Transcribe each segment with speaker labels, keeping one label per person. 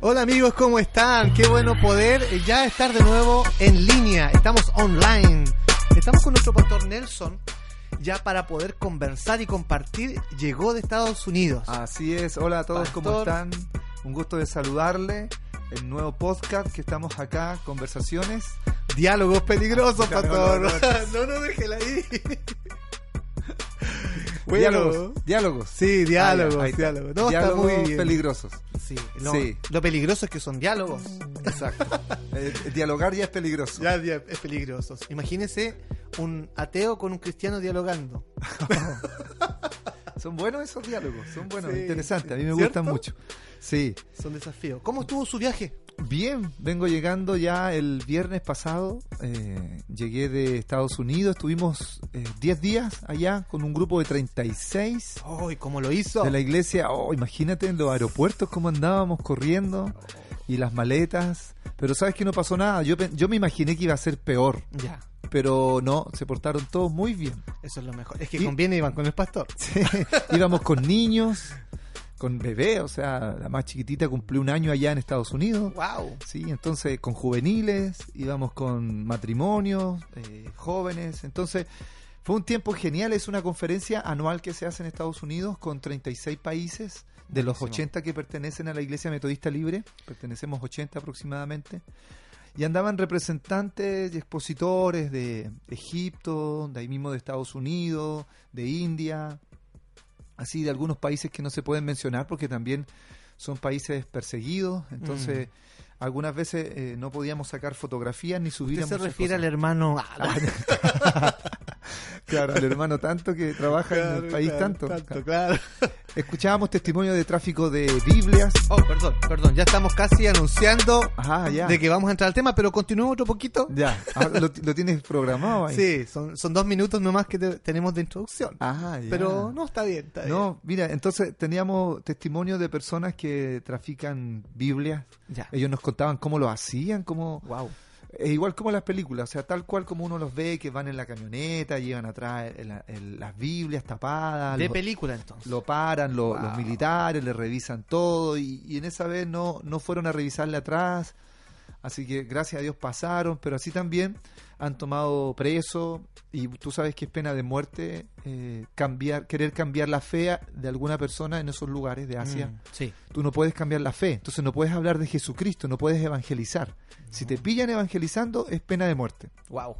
Speaker 1: Hola amigos, ¿cómo están? Qué bueno poder ya estar de nuevo en línea. Estamos online. Estamos con nuestro pastor Nelson ya para poder conversar y compartir. Llegó de Estados Unidos.
Speaker 2: Así es, hola a todos, ¿cómo
Speaker 1: Pastor.
Speaker 2: están? Un gusto de saludarle. El nuevo podcast que estamos acá, conversaciones.
Speaker 1: Diálogos peligrosos, pastor.
Speaker 2: Diálogos.
Speaker 1: No, no, déjela ahí.
Speaker 2: Diálogos, diálogos.
Speaker 1: Sí, diálogos,
Speaker 2: Ah, ya, ahí está.
Speaker 1: diálogos. No, está
Speaker 2: diálogos
Speaker 1: muy bien.
Speaker 2: peligrosos.
Speaker 1: Sí, no,
Speaker 2: Sí.
Speaker 1: Lo peligroso es que son diálogos.
Speaker 2: Exacto. Eh, dialogar ya es peligroso.
Speaker 1: Ya, ya, es peligroso. Imagínese un ateo con un cristiano dialogando.
Speaker 2: Son buenos esos diálogos, son buenos,
Speaker 1: Sí.
Speaker 2: interesantes. A mí me
Speaker 1: ¿Cierto?
Speaker 2: gustan mucho. Sí.
Speaker 1: Son desafíos. ¿Cómo estuvo su viaje?
Speaker 2: Bien, vengo llegando ya el viernes pasado. eh, llegué de Estados Unidos, estuvimos eh, 10 días allá con un grupo de 36
Speaker 1: ¡Ay, cómo lo hizo!
Speaker 2: de la iglesia. Oh, imagínate en los aeropuertos cómo andábamos corriendo y las maletas. Pero sabes que no pasó nada. Yo, pe- yo me imaginé que iba a ser peor,
Speaker 1: Ya,
Speaker 2: pero no, se portaron todos muy bien.
Speaker 1: eso es lo mejor. Es que
Speaker 2: Y-
Speaker 1: conviene iban con el pastor.
Speaker 2: Sí, íbamos con niños, con bebés, o sea, la más chiquitita cumplió un año allá en Estados Unidos.
Speaker 1: ¡Wow!
Speaker 2: Sí, entonces con juveniles, íbamos con matrimonios, eh, jóvenes. Entonces fue un tiempo genial. Es una conferencia anual que se hace en Estados Unidos con 36 países de los
Speaker 1: Buenísimo.
Speaker 2: 80 que pertenecen a la Iglesia Metodista Libre. Pertenecemos 80 aproximadamente. Y andaban representantes y expositores de Egipto, de ahí mismo de Estados Unidos, de India, así de algunos países que no se pueden mencionar porque también son países perseguidos. Entonces, algunas veces eh, no podíamos sacar fotografías ni subir
Speaker 1: ¿Usted
Speaker 2: a
Speaker 1: se
Speaker 2: muchas
Speaker 1: refiere al
Speaker 2: cosas.
Speaker 1: hermano? Ah,
Speaker 2: Claro, al hermano tanto que trabaja en el país tanto.
Speaker 1: claro.
Speaker 2: Escuchábamos testimonio de tráfico de Biblias.
Speaker 1: Oh, perdón, perdón. Ya estamos casi anunciando
Speaker 2: Ajá, Ah, ya.
Speaker 1: de que vamos a entrar al tema, pero continuemos otro poquito.
Speaker 2: Ya, Ah, lo, lo tienes programado ahí.
Speaker 1: Sí, son, son dos minutos nomás que te- tenemos de introducción.
Speaker 2: Ah, ya.
Speaker 1: Pero no, eh. está bien, está bien.
Speaker 2: No, mira, entonces teníamos testimonios de personas que trafican Biblias.
Speaker 1: Ya.
Speaker 2: Ellos nos contaban cómo lo hacían, cómo...
Speaker 1: Wow.
Speaker 2: Es igual como las películas, o sea, tal cual como uno los ve, que van en la camioneta, llevan atrás el- el- las Biblias tapadas.
Speaker 1: De
Speaker 2: los-
Speaker 1: película entonces.
Speaker 2: Ah, lo paran lo-
Speaker 1: Wow.
Speaker 2: los militares, le revisan todo y, y en esa vez no, no fueron a revisarle atrás. Así que gracias a Dios pasaron, pero así también han tomado preso y tú sabes que es pena de muerte eh, cambiar, querer cambiar la fe a- de alguna persona en esos lugares de Asia.
Speaker 1: Mm, sí.
Speaker 2: Tú no puedes cambiar la fe, entonces no puedes hablar de Jesucristo, no puedes evangelizar. Si
Speaker 1: Mm.
Speaker 2: te pillan evangelizando es pena de muerte.
Speaker 1: Wow.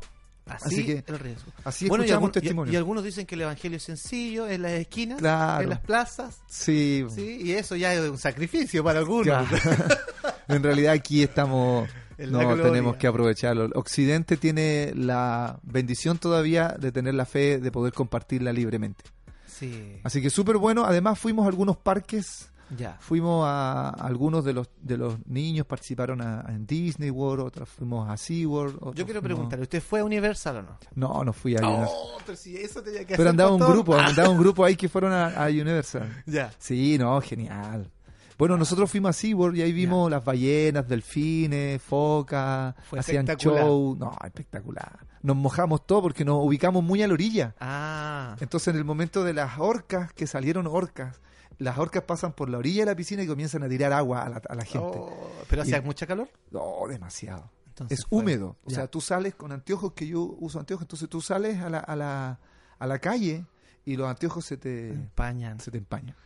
Speaker 1: Así,
Speaker 2: Así que-
Speaker 1: el riesgo.
Speaker 2: Así
Speaker 1: y,
Speaker 2: escuchamos
Speaker 1: algun- y-
Speaker 2: testimonios.
Speaker 1: y algunos dicen que el evangelio es sencillo, en las esquinas,
Speaker 2: Claro.
Speaker 1: en las plazas,
Speaker 2: Sí,
Speaker 1: sí, y eso ya es un sacrificio para algunos.
Speaker 2: Claro. en realidad aquí estamos,
Speaker 1: En
Speaker 2: no
Speaker 1: la gloria.
Speaker 2: tenemos que aprovecharlo. Occidente tiene la bendición todavía de tener la fe, de poder compartirla libremente.
Speaker 1: Sí,
Speaker 2: Así que súper bueno. Además fuimos a algunos parques,
Speaker 1: ya.
Speaker 2: fuimos a algunos de los de los niños participaron a, en Disney World, otros fuimos a SeaWorld. otros
Speaker 1: Yo quiero
Speaker 2: fuimos-
Speaker 1: preguntarle, ¿usted fue a Universal o no?
Speaker 2: No, no fui a Universal.
Speaker 1: Oh, pero si eso tenía que
Speaker 2: Pero
Speaker 1: hacer,
Speaker 2: andaba un
Speaker 1: pastor.
Speaker 2: grupo,
Speaker 1: Ah,
Speaker 2: andaba un grupo ahí que fueron a- a Universal.
Speaker 1: ya.
Speaker 2: Sí, no, genial. Bueno, nosotros fuimos a SeaWorld y ahí vimos las ballenas, delfines, focas,
Speaker 1: Fue
Speaker 2: hacían
Speaker 1: espectacular.
Speaker 2: show. No, espectacular. Nos mojamos todo porque nos ubicamos muy a la orilla.
Speaker 1: Ah,
Speaker 2: Entonces, en el momento de las orcas, que salieron orcas, las orcas pasan por la orilla de la piscina y comienzan a tirar agua a la, a la gente.
Speaker 1: oh, pero hacía
Speaker 2: Y-
Speaker 1: mucha calor.
Speaker 2: No, demasiado.
Speaker 1: Entonces
Speaker 2: Es
Speaker 1: fue-
Speaker 2: húmedo. O
Speaker 1: Ya.
Speaker 2: sea, tú sales con anteojos, que yo uso anteojos, entonces tú sales a la, a la, a la calle y los anteojos se te
Speaker 1: Mm. Empañan.
Speaker 2: se te empaña.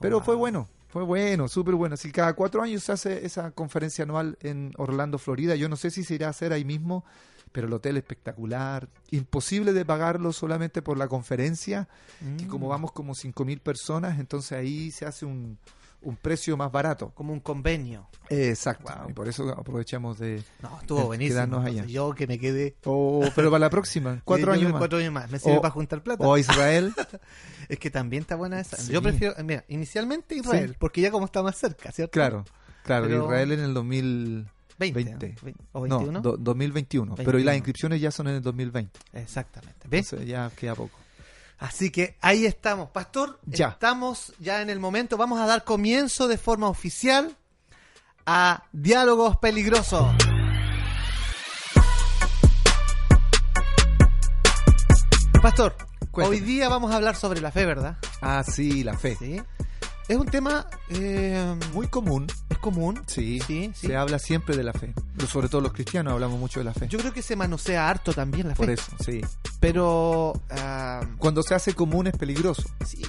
Speaker 2: Pero fue bueno, fue bueno, súper bueno. Así que cada cuatro años se hace esa conferencia anual en Orlando, Florida. Yo no sé si se irá a hacer ahí mismo, pero el hotel espectacular. Imposible de pagarlo solamente por la conferencia, que
Speaker 1: Mm.
Speaker 2: como vamos como 5.000 personas, entonces ahí se hace un, un precio más barato.
Speaker 1: como un convenio.
Speaker 2: Exacto.
Speaker 1: Wow.
Speaker 2: Y por eso aprovechamos de...
Speaker 1: No, estuvo buenísimo.
Speaker 2: Quedarnos allá.
Speaker 1: Entonces, Yo que me quedé
Speaker 2: pero para la próxima, cuatro
Speaker 1: Oh. Sí, yo
Speaker 2: años
Speaker 1: me-
Speaker 2: más.
Speaker 1: Cuatro años más. Me sirve
Speaker 2: O-
Speaker 1: para juntar plata.
Speaker 2: O Israel.
Speaker 1: Es que también está buena esa.
Speaker 2: Sí.
Speaker 1: Yo prefiero, eh, mira, inicialmente Israel,
Speaker 2: Sí.
Speaker 1: porque ya como está más cerca, ¿cierto?
Speaker 2: claro, claro.
Speaker 1: Pero-
Speaker 2: Israel en el 2000...
Speaker 1: 20,
Speaker 2: 20.
Speaker 1: ¿no? Ve- o 21.
Speaker 2: No, do- 2021. Pero y
Speaker 1: 21.
Speaker 2: las inscripciones ya son en el 2020.
Speaker 1: Exactamente. ¿Ves?
Speaker 2: Entonces ya queda poco.
Speaker 1: Así que ahí estamos. Pastor,
Speaker 2: Ya.
Speaker 1: estamos ya en el momento. Vamos a dar comienzo de forma oficial a Diálogos Peligrosos. Pastor,
Speaker 2: Cuéntame.
Speaker 1: hoy día vamos a hablar sobre la fe, ¿verdad?
Speaker 2: Ah, sí, la fe.
Speaker 1: Sí. Es un tema eh,
Speaker 2: Muy común.
Speaker 1: es común.
Speaker 2: Sí,
Speaker 1: sí, sí.
Speaker 2: se habla siempre de la fe. Pero sobre todo los cristianos hablamos mucho de la fe.
Speaker 1: Yo creo que se manosea harto también la
Speaker 2: Por
Speaker 1: fe.
Speaker 2: eso, sí.
Speaker 1: Pero ah,
Speaker 2: Cuando se hace común es peligroso,
Speaker 1: sí,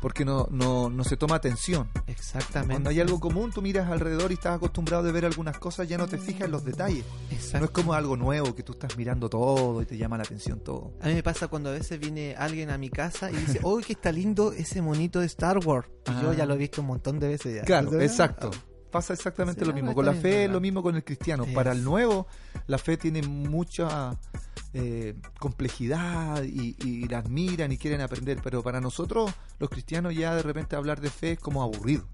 Speaker 2: porque no, no, no se toma atención.
Speaker 1: exactamente.
Speaker 2: Cuando hay algo común, tú miras alrededor y estás acostumbrado de ver algunas cosas, ya no te fijas en los detalles. No
Speaker 1: Exacto.
Speaker 2: es como algo nuevo que tú estás mirando todo y te llama la atención todo.
Speaker 1: A mí me pasa cuando a veces viene alguien a mi casa y dice, "Uy, que está lindo ese monito de Star Wars." Y yo
Speaker 2: Ah.
Speaker 1: ya lo he visto un montón de Ah, veces ya.
Speaker 2: Claro,
Speaker 1: Entonces,
Speaker 2: exacto. Pasa exactamente
Speaker 1: Sí,
Speaker 2: lo
Speaker 1: no,
Speaker 2: mismo.
Speaker 1: está
Speaker 2: Con la
Speaker 1: bien,
Speaker 2: fe es
Speaker 1: ¿verdad?
Speaker 2: lo mismo con el cristiano.
Speaker 1: Es.
Speaker 2: Para el nuevo, la fe tiene mucha eh, complejidad y, y la admiran y quieren aprender. Pero para nosotros, los cristianos, ya de repente hablar de fe es como aburrido.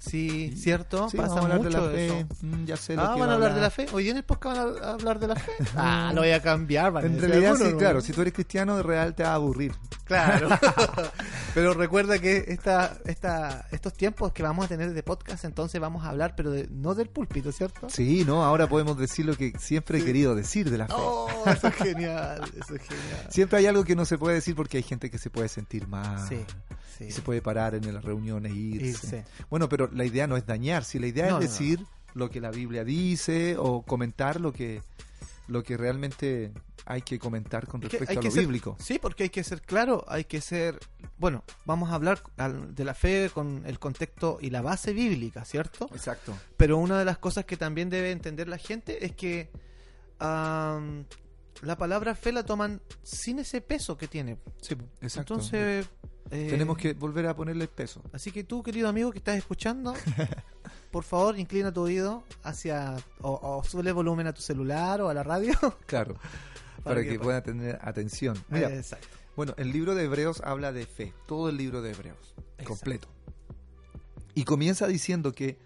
Speaker 1: Sí, cierto,
Speaker 2: Sí,
Speaker 1: pasa
Speaker 2: vamos a hablar
Speaker 1: mucho
Speaker 2: de la
Speaker 1: eso.
Speaker 2: fe. Mm, ya sé lo
Speaker 1: Ah,
Speaker 2: que
Speaker 1: van
Speaker 2: va
Speaker 1: a hablar de la fe. Hoy en el podcast van a hablar de la fe.
Speaker 2: Ah, lo
Speaker 1: voy a cambiar. van a
Speaker 2: En
Speaker 1: decir
Speaker 2: realidad,
Speaker 1: algunos,
Speaker 2: sí,
Speaker 1: ¿no?
Speaker 2: claro. Si tú eres cristiano, de real te va a aburrir.
Speaker 1: Claro. pero recuerda que esta, esta, estos tiempos que vamos a tener de podcast, entonces vamos a hablar, pero de- no del púlpito, ¿cierto?
Speaker 2: Sí, no, ahora podemos decir lo que siempre he querido decir de la fe.
Speaker 1: Oh, eso es genial, eso es genial.
Speaker 2: Siempre hay algo que no se puede decir porque hay gente que se puede sentir mal.
Speaker 1: Sí,
Speaker 2: Y
Speaker 1: sí.
Speaker 2: se puede parar en las reuniones e irse.
Speaker 1: Irse.
Speaker 2: Bueno, pero la idea no es dañar, si la idea
Speaker 1: No, no,
Speaker 2: es
Speaker 1: no.
Speaker 2: decir lo que la Biblia dice o comentar lo que lo que realmente hay que comentar con
Speaker 1: Es que
Speaker 2: respecto
Speaker 1: hay
Speaker 2: a
Speaker 1: que
Speaker 2: lo
Speaker 1: ser-
Speaker 2: bíblico.
Speaker 1: Sí, porque hay que ser claro, hay que ser... Bueno, vamos a hablar al- de la fe con el contexto y la base bíblica, ¿cierto?
Speaker 2: Exacto.
Speaker 1: Pero una de las cosas que también debe entender la gente es que am, la palabra fe la toman sin ese peso que tiene.
Speaker 2: Sí, exacto.
Speaker 1: Entonces, eh,
Speaker 2: tenemos que volver a ponerle peso.
Speaker 1: Así que tú, querido amigo que estás escuchando, por favor, inclina tu oído hacia o, o sube el volumen a tu celular o a la radio.
Speaker 2: Claro. Para, que, pueda tener atención. Mira,
Speaker 1: Exacto.
Speaker 2: Bueno, el libro de Hebreos habla de fe, todo el libro de Hebreos, completo. Y comienza diciendo que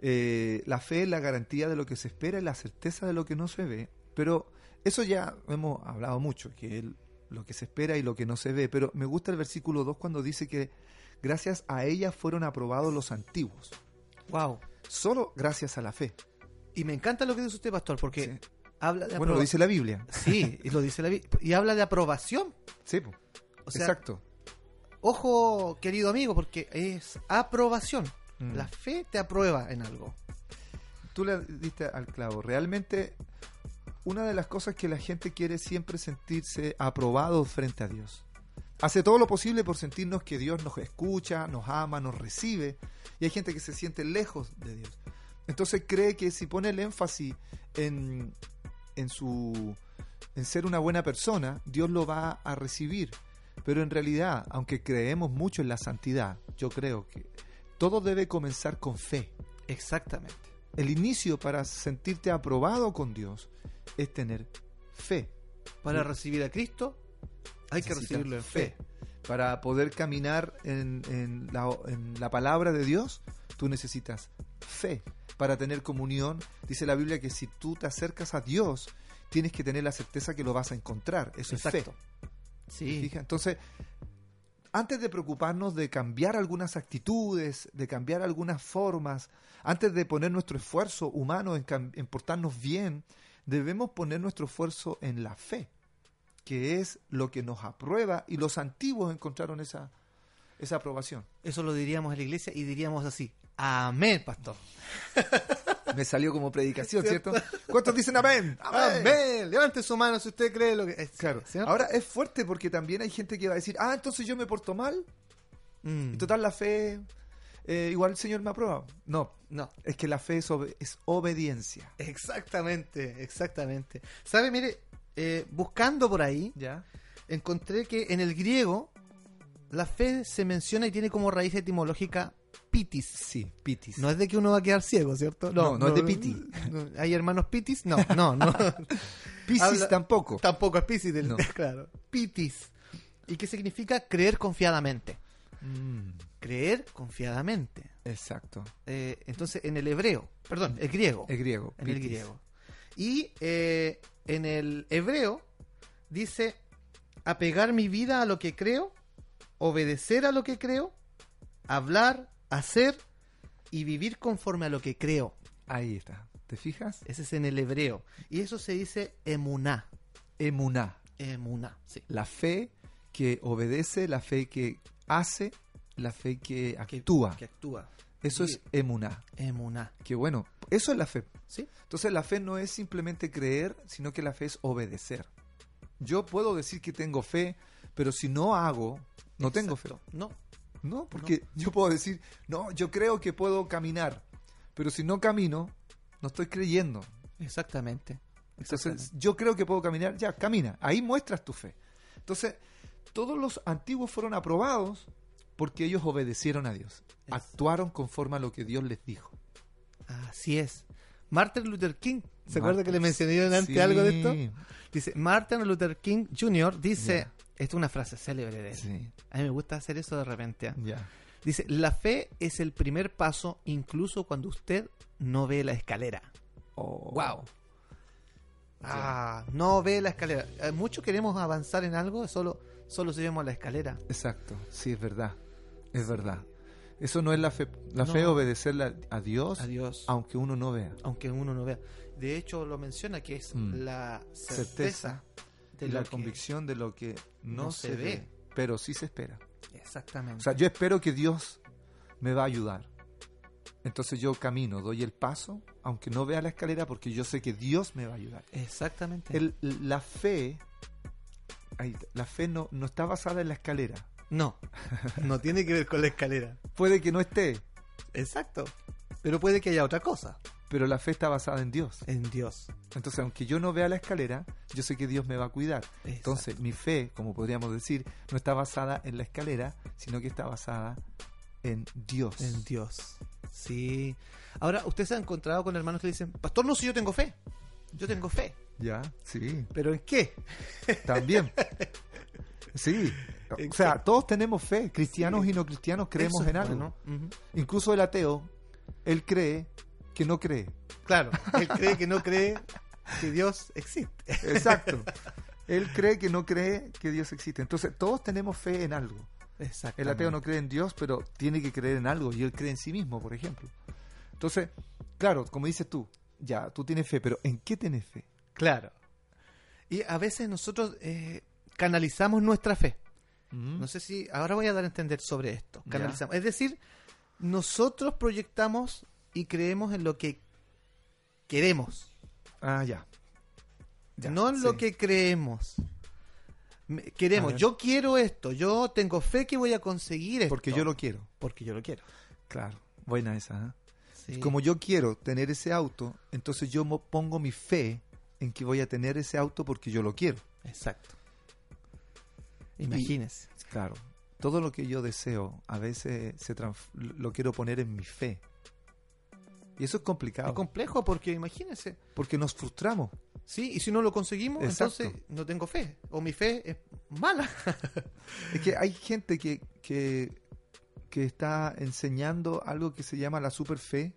Speaker 2: eh, la fe es la garantía de lo que se espera y la certeza de lo que no se ve, pero eso ya hemos hablado mucho, que el- lo que se espera y lo que no se ve, pero me gusta el versículo 2 cuando dice que gracias a ella fueron aprobados los antiguos,
Speaker 1: Wow.
Speaker 2: solo gracias a la fe.
Speaker 1: Y me encanta lo que dice usted, pastor, porque
Speaker 2: Sí.
Speaker 1: habla de
Speaker 2: Bueno, lo
Speaker 1: aproba-
Speaker 2: dice la Biblia.
Speaker 1: Sí, y lo dice la Biblia. Y habla de aprobación.
Speaker 2: Sí, po.
Speaker 1: O sea,
Speaker 2: exacto.
Speaker 1: ojo, querido amigo, porque es aprobación.
Speaker 2: Mm.
Speaker 1: La fe te aprueba en algo.
Speaker 2: tú le diste al clavo. Realmente, una de las cosas que la gente quiere es siempre sentirse aprobado frente a Dios. Hace todo lo posible por sentirnos que Dios nos escucha, nos ama, nos recibe. Y hay gente que se siente lejos de Dios. Entonces cree que si pone el énfasis en, en su en ser una buena persona, Dios lo va a recibir. Pero en realidad, aunque creemos mucho en la santidad, yo creo que todo debe comenzar con fe.
Speaker 1: Exactamente.
Speaker 2: El inicio para sentirte aprobado con Dios es tener fe.
Speaker 1: Para recibir a Cristo hay que
Speaker 2: Necesitas
Speaker 1: recibirlo en fe.
Speaker 2: Para poder caminar en, en la, en la palabra de Dios, tú necesitas fe. Para tener comunión, dice la Biblia que si tú te acercas a Dios, tienes que tener la certeza que lo vas a encontrar. Eso es fe.
Speaker 1: Exacto.
Speaker 2: ¿Te
Speaker 1: Sí.
Speaker 2: fijas? Entonces, antes de preocuparnos de cambiar algunas actitudes, de cambiar algunas formas, antes de poner nuestro esfuerzo humano en, cam- en portarnos bien, debemos poner nuestro esfuerzo en la fe, que es lo que nos aprueba y los antiguos encontraron esa, esa aprobación.
Speaker 1: Eso lo diríamos en la iglesia y diríamos así. Amén, pastor.
Speaker 2: Me salió como predicación, ¿cierto? ¿Cuántos dicen amén?
Speaker 1: Levante su mano si usted cree lo que es.
Speaker 2: Claro.
Speaker 1: ¿cierto?
Speaker 2: Ahora es fuerte porque también hay gente que va a decir, ah, entonces yo me porto mal,
Speaker 1: Mm.
Speaker 2: y total la fe, eh, igual el Señor me aprueba. No,
Speaker 1: No.
Speaker 2: Es que la fe es, obe- es obediencia.
Speaker 1: Exactamente, exactamente. ¿Sabe? Mire, eh, buscando por ahí,
Speaker 2: ¿Ya?
Speaker 1: encontré que en el griego la fe se menciona y tiene como raíz etimológica pitis.
Speaker 2: Sí, pitis.
Speaker 1: No es de que uno va a quedar ciego, ¿cierto?
Speaker 2: No, no es de piti.
Speaker 1: no. ¿Hay hermanos pitis? No, no, no.
Speaker 2: Pisis
Speaker 1: habla-
Speaker 2: tampoco.
Speaker 1: Tampoco es pisis, del-
Speaker 2: No.
Speaker 1: claro. Pitis. ¿Y qué significa creer confiadamente?
Speaker 2: Mm,
Speaker 1: Creer confiadamente.
Speaker 2: exacto.
Speaker 1: Eh, entonces, en el hebreo, perdón, el griego.
Speaker 2: Es griego.
Speaker 1: en el
Speaker 2: pitis.
Speaker 1: griego. Y eh, en el hebreo dice apegar mi vida a lo que creo, obedecer a lo que creo, hablar, hacer y vivir conforme a lo que creo.
Speaker 2: Ahí está. ¿Te fijas?
Speaker 1: Ese es en el hebreo. Y eso se dice emuná.
Speaker 2: Emuná.
Speaker 1: Emuná, sí.
Speaker 2: La fe que obedece, la fe que hace, la fe que actúa.
Speaker 1: Que actúa.
Speaker 2: Eso es emuná.
Speaker 1: Emuná.
Speaker 2: Que bueno, eso es la fe.
Speaker 1: ¿Sí?
Speaker 2: Entonces la fe no es simplemente creer, sino que la fe es obedecer. Yo puedo decir que tengo fe, pero si no hago, no tengo fe.
Speaker 1: Exacto. No.
Speaker 2: No, porque yo puedo decir, no, yo creo que puedo caminar, pero si no camino, no estoy creyendo.
Speaker 1: Exactamente.
Speaker 2: Entonces,
Speaker 1: Exactamente.
Speaker 2: yo creo que puedo caminar, ya, camina, ahí muestras tu fe. Entonces, todos los antiguos fueron aprobados porque ellos obedecieron a Dios,
Speaker 1: Es-
Speaker 2: actuaron conforme a lo que Dios les dijo.
Speaker 1: Así es. Martin Luther King. ¿Se acuerda
Speaker 2: Martin-
Speaker 1: que le mencioné yo antes
Speaker 2: Sí.
Speaker 1: algo de esto? Dice, Martin Luther King Jr. dice,
Speaker 2: Ya.
Speaker 1: esta es una frase célebre de él.
Speaker 2: Sí,
Speaker 1: A mí me gusta hacer eso de repente. ¿ah?
Speaker 2: ya.
Speaker 1: Dice, la fe es el primer paso incluso cuando usted no ve la escalera. Guau. Ah, no ve la escalera. Eh, Muchos queremos avanzar en algo, solo, solo si vemos la escalera.
Speaker 2: Exacto, sí, es verdad. Es verdad. Eso no es la fe. La fe es
Speaker 1: No.
Speaker 2: obedecer la- a Dios,
Speaker 1: Adiós.
Speaker 2: aunque uno no vea.
Speaker 1: Aunque uno no vea. De hecho, lo menciona que es
Speaker 2: Mm.
Speaker 1: la certeza,
Speaker 2: Certeza
Speaker 1: de
Speaker 2: la
Speaker 1: lo que-
Speaker 2: convicción de lo que no, se, ve, pero sí se espera. O
Speaker 1: Exactamente.
Speaker 2: sea, yo espero que Dios me va a ayudar. Entonces yo camino, doy el paso, aunque no vea la escalera, porque yo sé que Dios me va a ayudar.
Speaker 1: Exactamente.
Speaker 2: El- la fe, ahí está, la fe no, no está basada en la escalera.
Speaker 1: No, no tiene que ver con la escalera.
Speaker 2: Puede que no esté,
Speaker 1: Exacto. Pero puede que haya otra cosa
Speaker 2: pero la fe está basada en Dios.
Speaker 1: en Dios.
Speaker 2: Entonces, aunque yo no vea la escalera, yo sé que Dios me va a cuidar. Entonces,
Speaker 1: Exacto.
Speaker 2: mi fe, como podríamos decir, no está basada en la escalera, sino que está basada en Dios.
Speaker 1: en Dios. Sí. Ahora, usted se ha encontrado con hermanos que le dicen, Pastor, no, si yo tengo fe. Yo tengo fe.
Speaker 2: ¿Ya? Sí.
Speaker 1: ¿Pero en qué?
Speaker 2: También. sí. O sea, todos tenemos fe, cristianos
Speaker 1: Sí.
Speaker 2: y no cristianos creemos
Speaker 1: Eso es
Speaker 2: en algo.
Speaker 1: bueno. Ujú.
Speaker 2: Incluso el ateo, él cree que no cree.
Speaker 1: Claro, él cree que no cree que Dios existe.
Speaker 2: Exacto. él cree que no cree que Dios existe. Entonces, todos tenemos fe en algo.
Speaker 1: Exacto.
Speaker 2: El ateo no cree en Dios, pero tiene que creer en algo y él cree en sí mismo, por ejemplo. Entonces, claro, como dices tú, ya, tú tienes fe, pero ¿en qué tienes fe?
Speaker 1: Claro. Y a veces nosotros eh, canalizamos nuestra fe. No sé si ahora voy a dar a entender sobre esto.
Speaker 2: Ya.
Speaker 1: Canalizamos. Es decir, nosotros proyectamos y creemos en lo que queremos,
Speaker 2: Ah, ya. Ya,
Speaker 1: no en lo
Speaker 2: sí.
Speaker 1: que creemos. Me-
Speaker 2: A
Speaker 1: Queremos,
Speaker 2: ver.
Speaker 1: yo quiero esto, yo tengo fe que voy a conseguir esto.
Speaker 2: Porque yo lo quiero.
Speaker 1: porque yo lo quiero.
Speaker 2: Claro, buena esa. ¿eh?
Speaker 1: Sí.
Speaker 2: Como yo quiero tener ese auto, entonces yo mo- pongo mi fe en que voy a tener ese auto porque yo lo quiero.
Speaker 1: Exacto. Imagínese.
Speaker 2: Claro. Todo lo que yo deseo a veces se transf- lo quiero poner en mi fe. Y eso es
Speaker 1: Es
Speaker 2: complicado,
Speaker 1: complejo porque imagínese.
Speaker 2: porque nos frustramos.
Speaker 1: Sí, y si no lo conseguimos,
Speaker 2: Exacto.
Speaker 1: entonces no tengo fe. O mi fe es mala.
Speaker 2: Es que hay gente que, que, que está enseñando algo que se llama la superfe,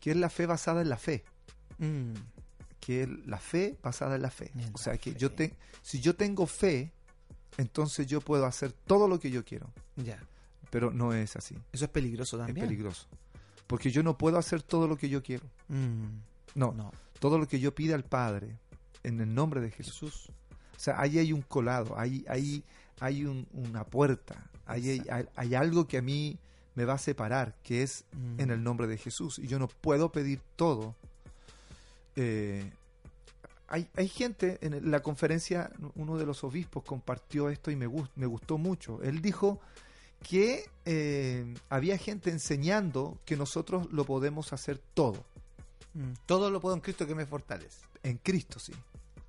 Speaker 2: que es la fe basada en la fe,
Speaker 1: Mm,
Speaker 2: que es la fe basada en la fe.
Speaker 1: En
Speaker 2: O
Speaker 1: la
Speaker 2: sea, que
Speaker 1: fe.
Speaker 2: yo te, si yo tengo fe, entonces yo puedo hacer todo lo que yo quiero,
Speaker 1: ya.
Speaker 2: pero no es así,
Speaker 1: Eso es peligroso también.
Speaker 2: es peligroso. Porque yo no puedo hacer todo lo que yo quiero.
Speaker 1: Mm,
Speaker 2: No,
Speaker 1: no.
Speaker 2: todo lo que yo pida al Padre en el nombre de Jesús.
Speaker 1: Jesús.
Speaker 2: O sea, ahí hay un colado, ahí, ahí hay un- una puerta, ahí hay, hay- hay algo que a mí me va a separar, que es
Speaker 1: Mm.
Speaker 2: en el nombre de Jesús. Y yo no puedo pedir todo. Eh, hay, hay gente, en la conferencia, uno de los obispos compartió esto y me, gus- me gustó mucho. Él dijo que eh, había gente enseñando que nosotros lo podemos hacer todo.
Speaker 1: Mm, Todo lo puedo en Cristo que me fortalece.
Speaker 2: En Cristo, sí.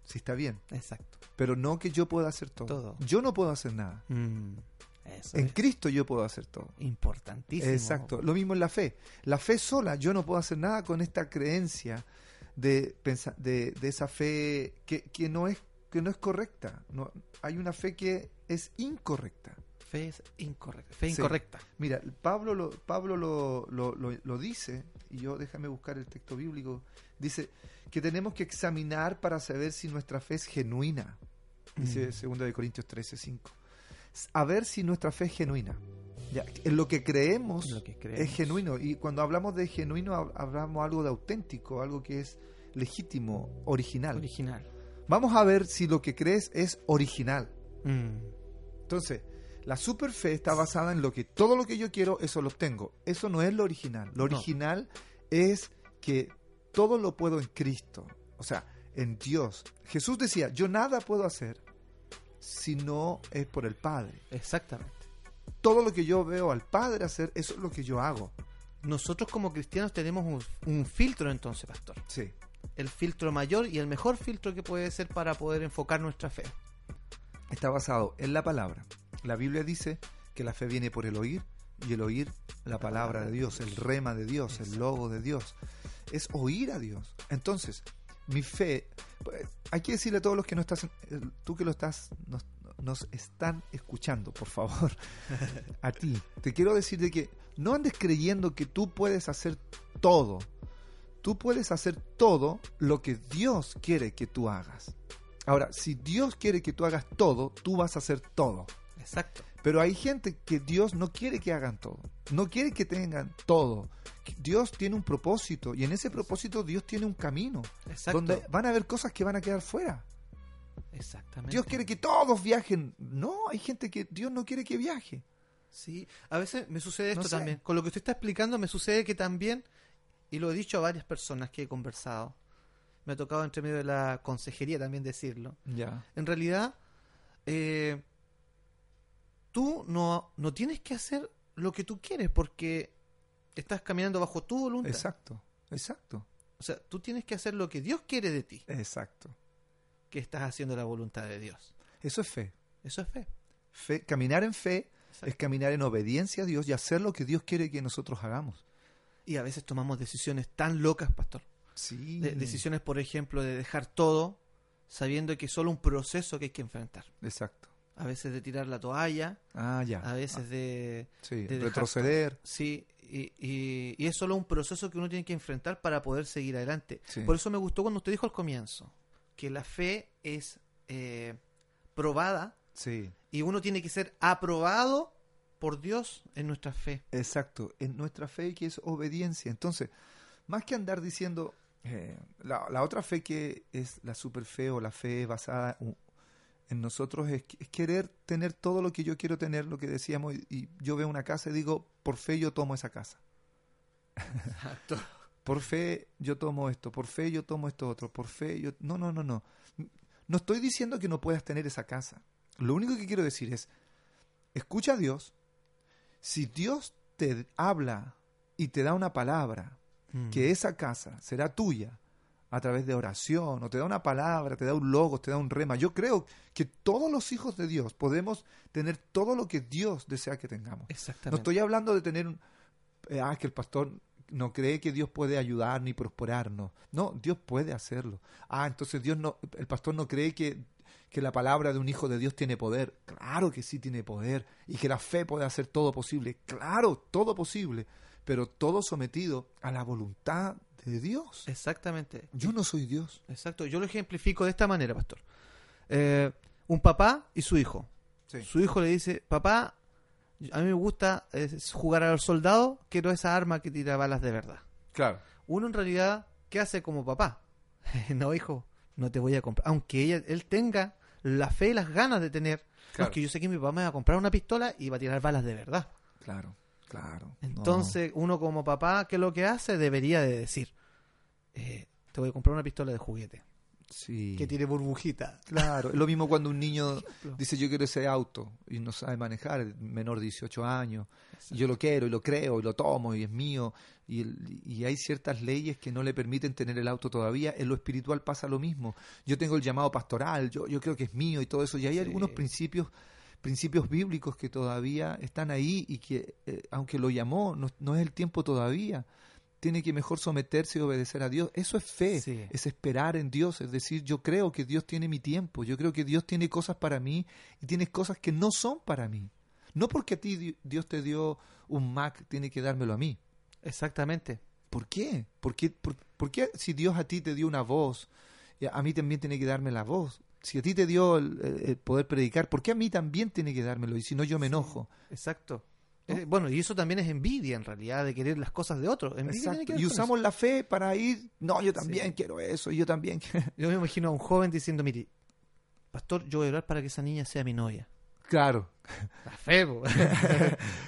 Speaker 2: Sí está bien.
Speaker 1: Exacto.
Speaker 2: Pero no que yo pueda hacer todo.
Speaker 1: Todo.
Speaker 2: Yo no puedo hacer nada.
Speaker 1: Mm. Eso
Speaker 2: En
Speaker 1: es
Speaker 2: Cristo yo puedo hacer todo.
Speaker 1: importantísimo.
Speaker 2: Exacto. Lo mismo en la fe. La fe sola, yo no puedo hacer nada con esta creencia de, pensa- de, de esa fe que, que no es, que no es correcta. No, hay una fe que es incorrecta.
Speaker 1: Fe es incorrecta. Fe
Speaker 2: Sí.
Speaker 1: incorrecta.
Speaker 2: Mira, Pablo lo, Pablo lo, lo- lo- lo dice, y yo déjame buscar el texto bíblico, dice que tenemos que examinar para saber si nuestra fe es genuina. Dice
Speaker 1: Mm.
Speaker 2: 2 de Corintios 13, 5. A ver si nuestra fe es genuina. Ya, en lo que creemos,
Speaker 1: Lo que creemos.
Speaker 2: es genuino. Y cuando hablamos de genuino, hab- hablamos algo de auténtico, algo que es legítimo, original.
Speaker 1: Original.
Speaker 2: Vamos a ver si lo que crees es original.
Speaker 1: Mm,
Speaker 2: Entonces, La superfe está basada en lo que todo lo que yo quiero, eso lo obtengo. Eso no es lo original. Lo
Speaker 1: No.
Speaker 2: original es que todo lo puedo en Cristo. O sea, en Dios. Jesús decía, yo nada puedo hacer si no es por el Padre.
Speaker 1: Exactamente.
Speaker 2: Todo lo que yo veo al Padre hacer, eso es lo que yo hago.
Speaker 1: Nosotros como cristianos tenemos un, un filtro entonces, pastor.
Speaker 2: Sí.
Speaker 1: El filtro mayor y el mejor filtro que puede ser para poder enfocar nuestra fe.
Speaker 2: Está basado en la palabra. La Biblia dice que la fe viene por el oír y el oír la palabra de Dios, el rema de Dios, el logo de Dios. Es oír a Dios. Entonces, mi fe, pues, hay que decirle a todos los que no estás, eh, tú que lo estás, nos, nos están escuchando, por favor, a ti. Te quiero decir de que no andes creyendo que tú puedes hacer todo. Tú puedes hacer todo lo que Dios quiere que tú hagas. Ahora, si Dios quiere que tú hagas todo, tú vas a hacer todo.
Speaker 1: Exacto.
Speaker 2: Pero hay gente que Dios no quiere que hagan todo. No quiere que tengan todo. Dios tiene un propósito y en ese propósito Dios tiene un camino
Speaker 1: Exacto.
Speaker 2: donde van a haber cosas que van a quedar fuera.
Speaker 1: Exactamente.
Speaker 2: Dios quiere que todos viajen. No, hay gente que Dios no quiere que viaje.
Speaker 1: Sí, a veces me sucede
Speaker 2: No
Speaker 1: esto
Speaker 2: sé.
Speaker 1: también. Con lo que usted está explicando, me sucede que también, y lo he dicho a varias personas que he conversado, me ha tocado entre medio de la consejería también decirlo.
Speaker 2: Ya.
Speaker 1: En realidad, eh, tú no, no tienes que hacer lo que tú quieres porque estás caminando bajo tu voluntad.
Speaker 2: Exacto. Exacto.
Speaker 1: O sea, tú tienes que hacer lo que Dios quiere de ti,
Speaker 2: Exacto.
Speaker 1: que estás haciendo la voluntad de Dios.
Speaker 2: Eso es fe.
Speaker 1: Eso es fe.
Speaker 2: fe caminar en fe
Speaker 1: Exacto.
Speaker 2: es caminar en obediencia a Dios y hacer lo que Dios quiere que nosotros hagamos.
Speaker 1: Y a veces tomamos decisiones tan locas, pastor.
Speaker 2: Sí.
Speaker 1: De- decisiones, por ejemplo, de dejar todo sabiendo que es solo un proceso que hay que enfrentar.
Speaker 2: Exacto.
Speaker 1: A veces de tirar la toalla,
Speaker 2: Ah, ya.
Speaker 1: a veces de...
Speaker 2: Ah, sí,
Speaker 1: de dejar
Speaker 2: retroceder.
Speaker 1: Sí, y, y- y es solo un proceso que uno tiene que enfrentar para poder seguir adelante.
Speaker 2: Sí.
Speaker 1: Por eso me gustó cuando usted dijo al comienzo que la fe es eh, probada
Speaker 2: Sí,
Speaker 1: y uno tiene que ser aprobado por Dios en nuestra fe.
Speaker 2: exacto. En nuestra fe que es obediencia. Entonces, más que andar diciendo eh, la, la otra fe que es la super fe o la fe basada u- en nosotros es, es querer tener todo lo que yo quiero tener, lo que decíamos, y, y yo veo una casa y digo, por fe yo tomo esa casa.
Speaker 1: Exacto.
Speaker 2: Por fe yo tomo esto, por fe yo tomo esto otro, por fe yo... No, no, no, no. No estoy diciendo que no puedas tener esa casa. Lo único que quiero decir es, escucha a Dios. Si Dios te habla y te da una palabra, que esa casa será tuya a través de oración, o te da una palabra, te da un logo, te da un rema. Yo creo que todos los hijos de Dios podemos tener todo lo que Dios desea que tengamos. No
Speaker 1: Exactamente.
Speaker 2: estoy hablando de tener un... eh, ah, que el pastor no cree que Dios puede ayudar ni prosperarnos. No, Dios puede hacerlo. Ah, entonces Dios no... El pastor no cree que, que la palabra de un hijo de Dios tiene poder. Claro que sí tiene poder. Y que la fe puede hacer todo posible. Claro, todo posible. Pero todo sometido a la voluntad de Dios.
Speaker 1: Exactamente.
Speaker 2: Yo no soy Dios.
Speaker 1: Exacto, yo lo ejemplifico de esta manera, pastor. Eh, un papá y su hijo. Su hijo le dice, papá, a mí me gusta eh, jugar al soldado, quiero esa arma que tira balas de verdad.
Speaker 2: claro.
Speaker 1: Uno en realidad, ¿qué hace como papá? no, hijo, no te voy a comprar. Aunque ella- él tenga la fe y las ganas de tener,
Speaker 2: Claro.
Speaker 1: porque yo sé que mi papá me va a comprar una pistola y va a tirar balas de verdad.
Speaker 2: Claro, claro. No.
Speaker 1: Entonces, uno como papá, ¿qué es lo que hace? Debería de decir, eh, te voy a comprar una pistola de juguete,
Speaker 2: Sí.
Speaker 1: que tiene burbujita.
Speaker 2: Claro, es lo mismo cuando un niño
Speaker 1: ejemplo.
Speaker 2: dice yo quiero ese auto y no sabe manejar, menor de 18 años, y yo lo quiero y lo creo y lo tomo y es mío, y, el- y hay ciertas leyes que no le permiten tener el auto todavía, en lo espiritual pasa lo mismo, yo tengo el llamado pastoral, yo, yo creo que es mío y todo eso, y hay
Speaker 1: Sí.
Speaker 2: algunos principios principios bíblicos que todavía están ahí y que eh, aunque lo llamó, no, no es el tiempo todavía. Tiene que mejor someterse y obedecer a Dios. Eso es fe,
Speaker 1: Sí.
Speaker 2: es esperar en Dios, es decir, yo creo que Dios tiene mi tiempo, yo creo que Dios tiene cosas para mí y tiene cosas que no son para mí. No porque a ti Di- Dios te dio un Mac, tiene que dármelo a mí.
Speaker 1: Exactamente.
Speaker 2: ¿Por qué? ¿Por qué, por- por qué si Dios a ti te dio una voz, eh, a mí también tiene que darme la voz? Si a ti te dio el, el- el poder predicar, ¿por qué a mí también tiene que dármelo? Y si no, yo me enojo.
Speaker 1: Exacto.
Speaker 2: ¿No?
Speaker 1: Eh, bueno, y eso también es envidia en realidad, de querer las cosas de otro. Envidia tiene
Speaker 2: Exacto.
Speaker 1: que ver
Speaker 2: Y
Speaker 1: con
Speaker 2: usamos la fe para ir, no, yo también
Speaker 1: Sí.
Speaker 2: quiero eso, yo también.
Speaker 1: eso. Yo me imagino a un joven diciendo, mire, pastor, yo voy a orar para que esa niña sea mi novia.
Speaker 2: claro,
Speaker 1: La fe. po.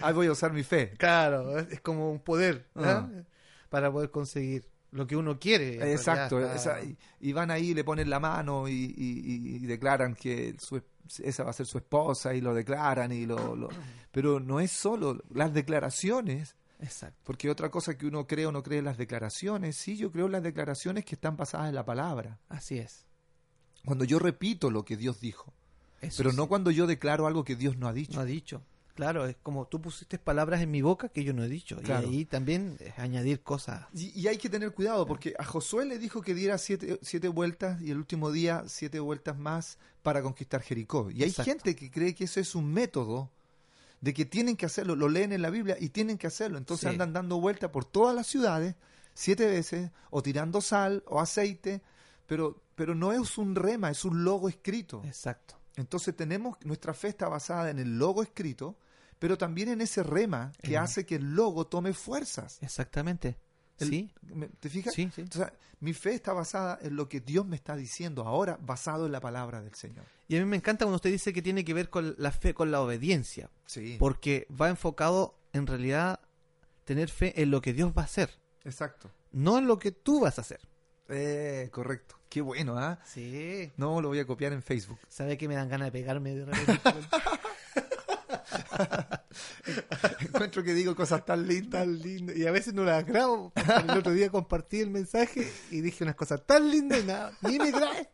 Speaker 2: Ahí voy a usar mi fe.
Speaker 1: claro, es es como un poder ¿ah?
Speaker 2: Ah.
Speaker 1: para poder conseguir lo que uno quiere. en realidad,
Speaker 2: Exacto.
Speaker 1: está-
Speaker 2: esa- y, y van ahí, le ponen la mano y, y- y- y declaran que su es- esa va a ser su esposa y lo declaran y lo- lo... Pero no es solo las declaraciones
Speaker 1: Exacto.
Speaker 2: Porque otra cosa que uno cree o no cree en las declaraciones, sí, yo creo en las declaraciones que están basadas en la palabra.
Speaker 1: Así es.
Speaker 2: Cuando yo repito lo que Dios dijo,
Speaker 1: Eso
Speaker 2: pero
Speaker 1: sí.
Speaker 2: no cuando yo declaro algo que Dios no ha dicho.
Speaker 1: No ha dicho. Claro, es como tú pusiste palabras en mi boca que yo no he dicho.
Speaker 2: Claro.
Speaker 1: Y ahí también es añadir cosas.
Speaker 2: Y, y hay que tener cuidado porque a Josué le dijo que diera siete, siete vueltas y el último día siete vueltas más para conquistar Jericó. Y hay
Speaker 1: Exacto.
Speaker 2: gente que cree que eso es un método de que tienen que hacerlo, lo leen en la Biblia y tienen que hacerlo. Entonces
Speaker 1: Sí.
Speaker 2: andan dando vueltas por todas las ciudades siete veces o tirando sal o aceite, pero, pero no es un rema, es un logo escrito.
Speaker 1: Exacto.
Speaker 2: Entonces tenemos, nuestra fe está basada en el logo escrito, pero también en ese rema que
Speaker 1: Ajá.
Speaker 2: hace que el logo tome fuerzas.
Speaker 1: Exactamente.
Speaker 2: El-
Speaker 1: sí,
Speaker 2: ¿me- ¿Te fijas?
Speaker 1: sí, sí.
Speaker 2: Entonces, mi fe está basada en lo que Dios me está diciendo ahora, basado en la palabra del Señor.
Speaker 1: Y a mí me encanta cuando usted dice que tiene que ver con la fe, con la obediencia.
Speaker 2: Sí.
Speaker 1: Porque va enfocado en realidad tener fe en lo que Dios va a hacer,
Speaker 2: Exacto.
Speaker 1: no en lo que tú vas a hacer.
Speaker 2: Eh, correcto. Qué bueno, ¿ah?
Speaker 1: Sí.
Speaker 2: No, lo voy a copiar en Facebook.
Speaker 1: ¿Sabe que me dan ganas de pegarme de repente?
Speaker 2: Encuentro que digo cosas tan lindas.
Speaker 1: tan lindo. Y a veces no las grabo. porque El otro día compartí el mensaje y dije unas cosas tan lindas y nada, ni me grabé.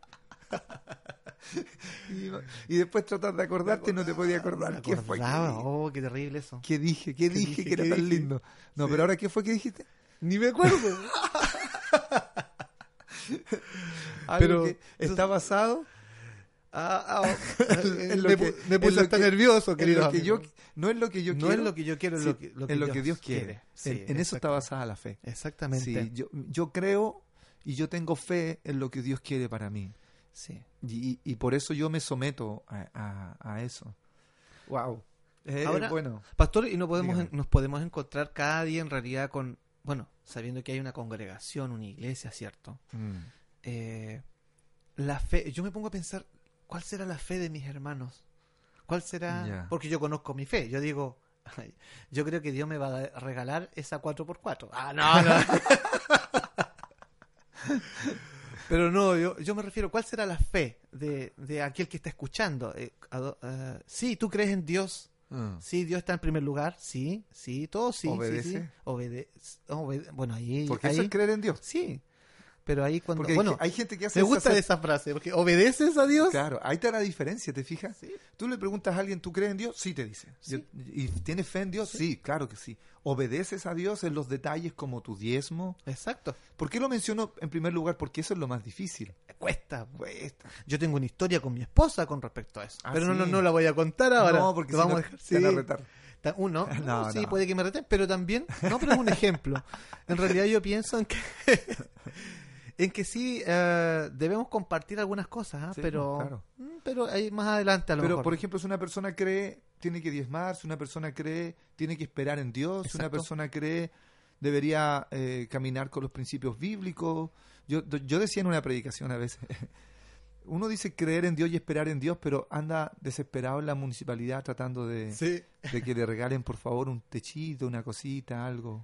Speaker 2: Y, y después tratas de acordarte y no te podía acordar. ¿Qué fue? que
Speaker 1: Acordaba.
Speaker 2: dije?
Speaker 1: Oh, qué terrible eso.
Speaker 2: ¿Qué dije? ¿Qué dije
Speaker 1: dije?
Speaker 2: que era
Speaker 1: ¿Qué
Speaker 2: tan
Speaker 1: dije?
Speaker 2: lindo? No, pero ahora, ¿qué fue que dijiste?
Speaker 1: Ni me acuerdo.
Speaker 2: Algo
Speaker 1: Pero-
Speaker 2: que está basado En lo
Speaker 1: ah, oh. me,
Speaker 2: que-
Speaker 1: pu- me
Speaker 2: en
Speaker 1: puse
Speaker 2: lo
Speaker 1: hasta
Speaker 2: que-
Speaker 1: nervioso,
Speaker 2: en
Speaker 1: querido.
Speaker 2: lo que yo,
Speaker 1: amigo.
Speaker 2: no es lo que yo
Speaker 1: no
Speaker 2: quiero,
Speaker 1: es lo que yo quiero, es
Speaker 2: sí,
Speaker 1: lo que, lo que
Speaker 2: en lo
Speaker 1: Dios
Speaker 2: que Dios quiere.
Speaker 1: Sí,
Speaker 2: en, en eso
Speaker 1: exacto.
Speaker 2: está basada la fe.
Speaker 1: Exactamente.
Speaker 2: Sí, yo, yo creo y yo tengo fe en lo que Dios quiere para mí.
Speaker 1: Sí.
Speaker 2: Y, y por eso yo me someto a, a- a eso. Wow.
Speaker 1: Ahora-
Speaker 2: bueno.
Speaker 1: Pastor, y no podemos,
Speaker 2: Dígame.
Speaker 1: nos podemos encontrar cada día en realidad con, bueno, sabiendo que hay una congregación, una iglesia, ¿cierto? eh, la fe, yo me pongo a pensar, ¿cuál será la fe de mis hermanos? ¿Cuál será?
Speaker 2: Ya.
Speaker 1: Porque yo conozco mi fe, yo digo, "Ay, yo creo que Dios me va a da- regalar esa 4x4. Ah, no, no. Pero no, yo, yo me refiero, ¿cuál será la fe de, de aquel que está escuchando? Eh, ado- eh, sí, tú crees en Dios,
Speaker 2: Mm.
Speaker 1: sí, Dios está en primer lugar, sí, sí, todo sí, sí,
Speaker 2: Obedece.
Speaker 1: sí, Obede- obede- bueno, ahí,
Speaker 2: Porque eso
Speaker 1: ahí-
Speaker 2: es creer en Dios.
Speaker 1: sí, pero ahí cuando,
Speaker 2: Porque hay,
Speaker 1: bueno,
Speaker 2: hay gente que hace
Speaker 1: me gusta
Speaker 2: esa-
Speaker 1: esa frase, porque obedeces a Dios.
Speaker 2: Claro, ahí está la diferencia, ¿te fijas?
Speaker 1: Sí.
Speaker 2: Tú le preguntas a alguien, ¿tú crees en Dios? Sí, te dice.
Speaker 1: Sí.
Speaker 2: Yo- ¿Y tienes fe en Dios? Sí. claro que sí. ¿Obedeces a Dios en los detalles como tu diezmo?
Speaker 1: Exacto.
Speaker 2: ¿Por qué lo menciono en primer lugar? Porque eso es lo más difícil.
Speaker 1: Cuesta.
Speaker 2: Cuesta.
Speaker 1: Yo tengo una historia con mi esposa con respecto a eso.
Speaker 2: Ah,
Speaker 1: pero no,
Speaker 2: sí.
Speaker 1: no, no la voy a contar ahora.
Speaker 2: no, porque
Speaker 1: Lo
Speaker 2: si
Speaker 1: vamos
Speaker 2: no,
Speaker 1: a dejar.
Speaker 2: te van a
Speaker 1: sí.
Speaker 2: retar.
Speaker 1: Ta- Uno,
Speaker 2: No,
Speaker 1: sí,
Speaker 2: no.
Speaker 1: puede que me reten, pero también, no, pero es un ejemplo. En realidad yo pienso en que, en que sí eh, debemos compartir algunas cosas, ¿ah?
Speaker 2: Sí,
Speaker 1: pero,
Speaker 2: claro.
Speaker 1: mm, pero ahí más adelante a lo
Speaker 2: Pero,
Speaker 1: mejor.
Speaker 2: por ejemplo, si una persona cree, tiene que diezmar, si una persona cree, tiene que esperar en Dios, si una
Speaker 1: Exacto.
Speaker 2: persona cree, debería eh, caminar con los principios bíblicos. Yo, yo decía en una predicación a veces, uno dice creer en Dios y esperar en Dios, pero anda desesperado en la municipalidad tratando de,
Speaker 1: Sí.
Speaker 2: de que le regalen, por favor, un techito, una cosita, algo.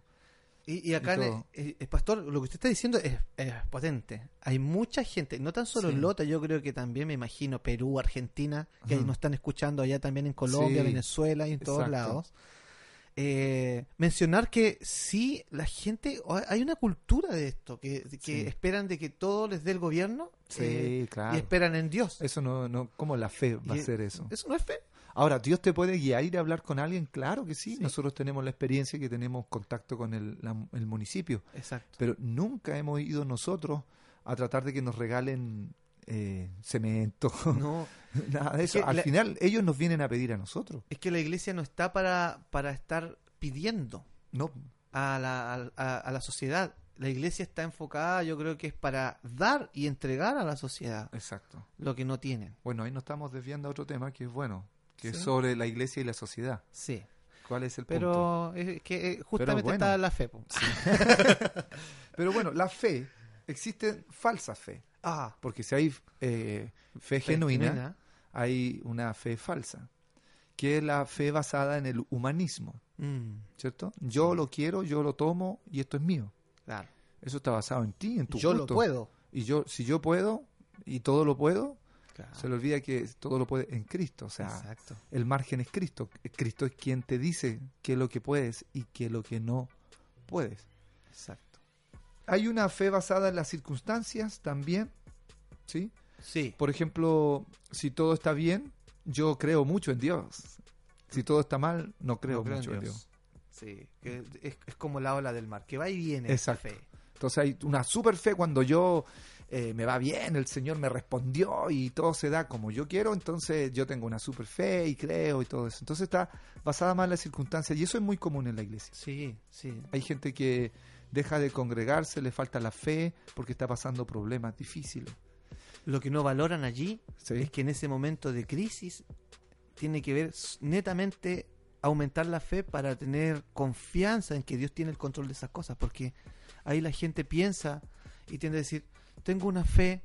Speaker 1: Y, y acá,
Speaker 2: Y
Speaker 1: en-
Speaker 2: todo.
Speaker 1: eh, eh, Pastor, lo que usted está diciendo es, es potente. Hay mucha gente, no tan solo
Speaker 2: Sí.
Speaker 1: en Lota, yo creo que también me imagino Perú, Argentina, que
Speaker 2: Ajá.
Speaker 1: nos están escuchando allá también en Colombia,
Speaker 2: Sí.
Speaker 1: Venezuela y en todos
Speaker 2: Exacto.
Speaker 1: lados. Eh, mencionar que sí, la gente, o- hay una cultura de esto, que, que
Speaker 2: Sí.
Speaker 1: esperan de que todo les dé el gobierno eh,
Speaker 2: claro.
Speaker 1: y esperan en Dios.
Speaker 2: Eso no, no, ¿cómo la fe va
Speaker 1: Y-
Speaker 2: a ser eso?
Speaker 1: Eso no es fe.
Speaker 2: Ahora, ¿Dios te puede guiar ir a hablar con alguien? Claro que sí.
Speaker 1: Sí.
Speaker 2: Nosotros tenemos la experiencia que tenemos contacto con el, la- el municipio,
Speaker 1: Exacto.
Speaker 2: pero nunca hemos ido nosotros a tratar de que nos regalen eh, cemento,
Speaker 1: No,
Speaker 2: nada de eso.
Speaker 1: que
Speaker 2: Al
Speaker 1: la-
Speaker 2: final, ellos nos vienen a pedir a nosotros.
Speaker 1: es que la iglesia no está para, para estar pidiendo.
Speaker 2: No,
Speaker 1: a la, al- a, a la sociedad. La iglesia está enfocada, yo creo que es para dar y entregar a la sociedad
Speaker 2: exacto.
Speaker 1: lo que no tienen.
Speaker 2: Bueno, ahí nos estamos desviando a otro tema que es bueno, que
Speaker 1: Sí.
Speaker 2: es sobre la iglesia y la sociedad.
Speaker 1: Sí,
Speaker 2: ¿Cuál es el punto?
Speaker 1: pero es que eh, justamente
Speaker 2: bueno.
Speaker 1: está la fe. po.
Speaker 2: Pero bueno, la fe, existe falsa fe,
Speaker 1: Ah,
Speaker 2: porque si hay eh,
Speaker 1: fe
Speaker 2: fe genuina hay una fe falsa, que es la fe basada en el humanismo,
Speaker 1: Mm,
Speaker 2: ¿cierto? Yo lo quiero, yo lo tomo y esto es mío.
Speaker 1: claro.
Speaker 2: Eso está basado en ti, en tu
Speaker 1: Yo lo
Speaker 2: gusto.
Speaker 1: puedo.
Speaker 2: Y yo, si yo puedo y todo lo puedo,
Speaker 1: Claro.
Speaker 2: se le olvida que todo lo puede en Cristo. O sea,
Speaker 1: Ah. Exacto.
Speaker 2: el margen es Cristo. Cristo es quien te dice qué es lo que puedes y qué es lo que no puedes.
Speaker 1: Exacto.
Speaker 2: Hay una fe basada en las circunstancias también, ¿sí?
Speaker 1: Sí.
Speaker 2: Por ejemplo, si todo está bien, yo creo mucho en Dios. Si todo está mal, no creo,
Speaker 1: No creo en
Speaker 2: mucho en Dios.
Speaker 1: Sí. que es, es como la ola del mar, que va y viene. esa
Speaker 2: Exacto.
Speaker 1: fe.
Speaker 2: Entonces hay una super fe cuando yo eh, me va bien, el Señor me respondió y todo se da como yo quiero, entonces yo tengo una super fe y creo y todo eso. Entonces está basada más en las circunstancias y eso es muy común en la iglesia.
Speaker 1: Sí, sí.
Speaker 2: Hay gente que deja de congregarse, le falta la fe porque está pasando problemas difíciles.
Speaker 1: Lo que no valoran allí
Speaker 2: ¿sí?
Speaker 1: es que en ese momento de crisis tiene que ver s- netamente aumentar la fe para tener confianza en que Dios tiene el control de esas cosas, porque ahí la gente piensa y tiende a decir, tengo una fe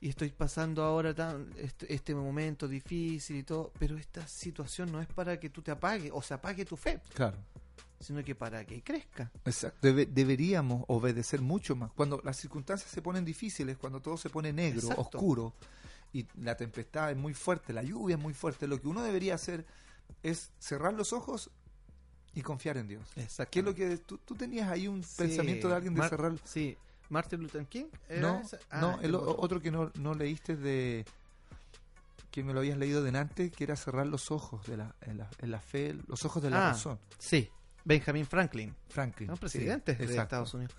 Speaker 1: y estoy pasando ahora tan- este, este momento difícil y todo, pero esta situación no es para que tú te apagues o se apague tu fe,
Speaker 2: Claro.
Speaker 1: sino que para que crezca.
Speaker 2: Exacto. Debe- deberíamos obedecer mucho más. Cuando las circunstancias se ponen difíciles, cuando todo se pone negro,
Speaker 1: Exacto.
Speaker 2: oscuro, y la tempestad es muy fuerte, la lluvia es muy fuerte, lo que uno debería hacer es cerrar los ojos y confiar en Dios.
Speaker 1: Exacto.
Speaker 2: ¿Qué es lo que tú, tú tenías ahí un
Speaker 1: Sí.
Speaker 2: pensamiento de alguien de
Speaker 1: Mar-
Speaker 2: cerrar?
Speaker 1: Sí, Martin Luther King. ¿era
Speaker 2: No,
Speaker 1: esa? Ah,
Speaker 2: no,
Speaker 1: este
Speaker 2: el o-
Speaker 1: otro.
Speaker 2: otro que no, no leíste de que me lo habías leído delante, que era cerrar los ojos de la, en la, en la fe, los ojos de la
Speaker 1: Ah.
Speaker 2: razón.
Speaker 1: Sí, Benjamin Franklin.
Speaker 2: Franklin.
Speaker 1: ¿no?
Speaker 2: Sí,
Speaker 1: presidentes de
Speaker 2: exacto.
Speaker 1: Estados Unidos.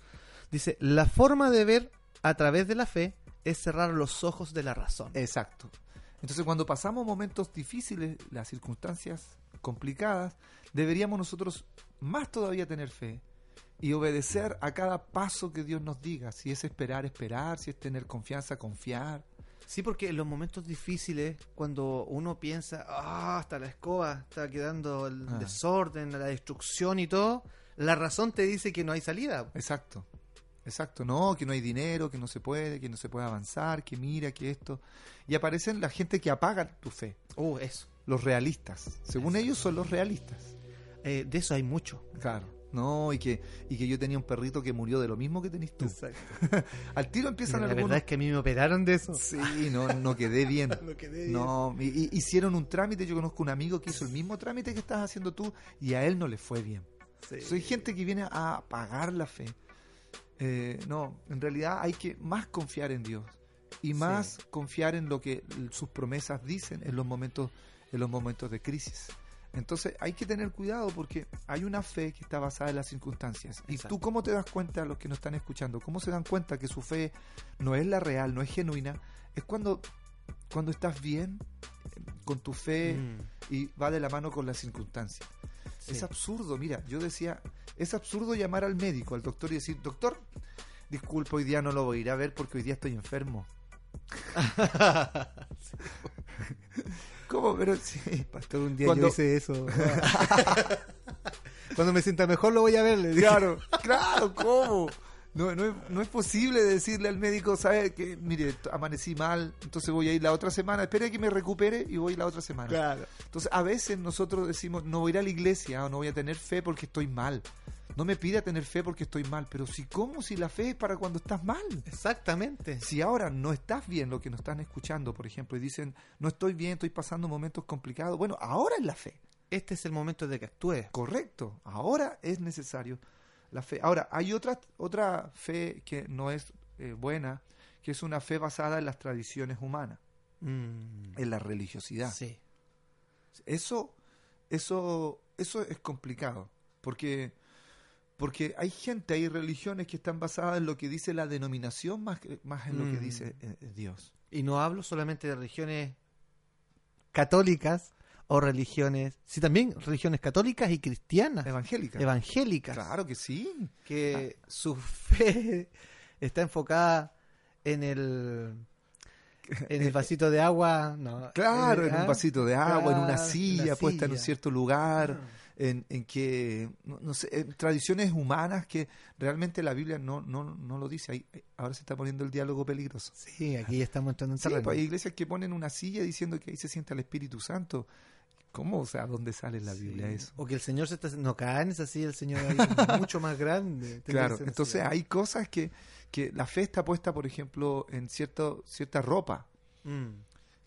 Speaker 1: Dice, la forma de ver a través de la fe es cerrar los ojos de la razón.
Speaker 2: Exacto. Entonces, cuando pasamos momentos difíciles, las circunstancias complicadas, deberíamos nosotros más todavía tener fe y obedecer a cada paso que Dios nos diga. Si es esperar, esperar, si es tener confianza, confiar.
Speaker 1: Sí, porque en los momentos difíciles, cuando uno piensa, ah, hasta la escoba está quedando el
Speaker 2: Ah.
Speaker 1: desorden, la destrucción y todo, la razón te dice que no hay salida.
Speaker 2: Exacto. Exacto, no, que no hay dinero, que no se puede, que no se puede avanzar, que mira, que esto. Y aparecen la gente que apaga tu fe,
Speaker 1: Uh, eso.
Speaker 2: los realistas. Según
Speaker 1: Exacto.
Speaker 2: ellos son los realistas.
Speaker 1: Eh, de eso hay mucho.
Speaker 2: Claro. No, y que, y que yo tenía un perrito que murió de lo mismo que tenés tú. Al tiro empiezan
Speaker 1: Mira, la
Speaker 2: algunos.
Speaker 1: verdad es que a mí me operaron de eso.
Speaker 2: Sí, no, no quedé bien.
Speaker 1: Lo quedé bien.
Speaker 2: No, y- y- hicieron un trámite. Yo conozco un amigo que hizo el mismo trámite que estás haciendo tú y a él no le fue bien.
Speaker 1: Sí.
Speaker 2: Soy gente que viene a pagar la fe. Eh, no, en realidad hay que más confiar en Dios y más confiar en lo que l- sus promesas dicen en los momentos, en los momentos de crisis. Entonces hay que tener cuidado porque hay una fe que está basada en las circunstancias. ¿Y
Speaker 1: Exacto.
Speaker 2: tú cómo te das cuenta, los que nos están escuchando, cómo se dan cuenta que su fe no es la real, no es genuina? Es cuando, cuando estás bien eh, con tu fe
Speaker 1: Mm,
Speaker 2: y va de la mano con las circunstancias.
Speaker 1: sí.
Speaker 2: Es absurdo, mira, yo decía, es absurdo llamar al médico, al doctor y decir, doctor, disculpa, hoy día no lo voy a ir a ver porque hoy día estoy enfermo. ¿Cómo? Pero sí.
Speaker 1: Pastor, un día yo
Speaker 2: Cuando-
Speaker 1: hice eso. Cuando me sienta mejor lo voy a ver. le dije.
Speaker 2: Claro, claro, ¿cómo? No, no, es, no es posible decirle al médico, ¿sabes que Mire, t- amanecí mal, entonces voy a ir la otra semana, espera que me recupere y voy la otra semana.
Speaker 1: Claro.
Speaker 2: Entonces, a veces nosotros decimos, no voy a ir a la iglesia o no voy a tener fe porque estoy mal. No me pida tener fe porque estoy mal, pero si, ¿cómo? Si la fe es para cuando estás mal.
Speaker 1: Exactamente.
Speaker 2: Si ahora no estás bien, lo que nos están escuchando, por ejemplo, y dicen, no estoy bien, estoy pasando momentos complicados, bueno, ahora es la fe,
Speaker 1: Este es el momento de que actúes.
Speaker 2: correcto, ahora es necesario la fe. Ahora, hay otra, otra fe que no es eh, buena, que es una fe basada en las tradiciones humanas,
Speaker 1: Mm.
Speaker 2: en la religiosidad.
Speaker 1: Sí.
Speaker 2: Eso, eso, eso es complicado, porque, porque hay gente, hay religiones que están basadas en lo que dice la denominación más, que- más en lo que
Speaker 1: Mm.
Speaker 2: dice eh, eh, Dios.
Speaker 1: Y no hablo solamente de religiones católicas o religiones, sí también religiones católicas y cristianas,
Speaker 2: Ah, Evangélica. Eh,
Speaker 1: evangélicas,
Speaker 2: Claro que sí.
Speaker 1: que su fe está enfocada en el en el vasito de agua, no,
Speaker 2: Claro,
Speaker 1: eh,
Speaker 2: en un
Speaker 1: ¿ah?
Speaker 2: vasito de agua, en
Speaker 1: Claro, en
Speaker 2: una
Speaker 1: la
Speaker 2: silla Ah. puesta en un
Speaker 1: silla.
Speaker 2: cierto lugar, en, en que, no, no sé, en tradiciones humanas que realmente la Biblia no, no, no lo dice. Ahí, ahora se está poniendo el diálogo peligroso.
Speaker 1: Sí, aquí ya estamos entrando en
Speaker 2: Sí,
Speaker 1: terreno.
Speaker 2: pues, hay iglesias que ponen una silla diciendo que ahí se sienta el Espíritu Santo. ¿Cómo? O sea, ¿dónde sale en la Biblia
Speaker 1: Sí.
Speaker 2: eso?
Speaker 1: O que el Señor se está... No, Caín es así, el Señor es mucho más grande. Tiene que
Speaker 2: Claro,
Speaker 1: ser
Speaker 2: entonces ah,
Speaker 1: así.
Speaker 2: hay cosas que, que la fe está puesta, por ejemplo, en cierto, cierta ropa.
Speaker 1: Mm.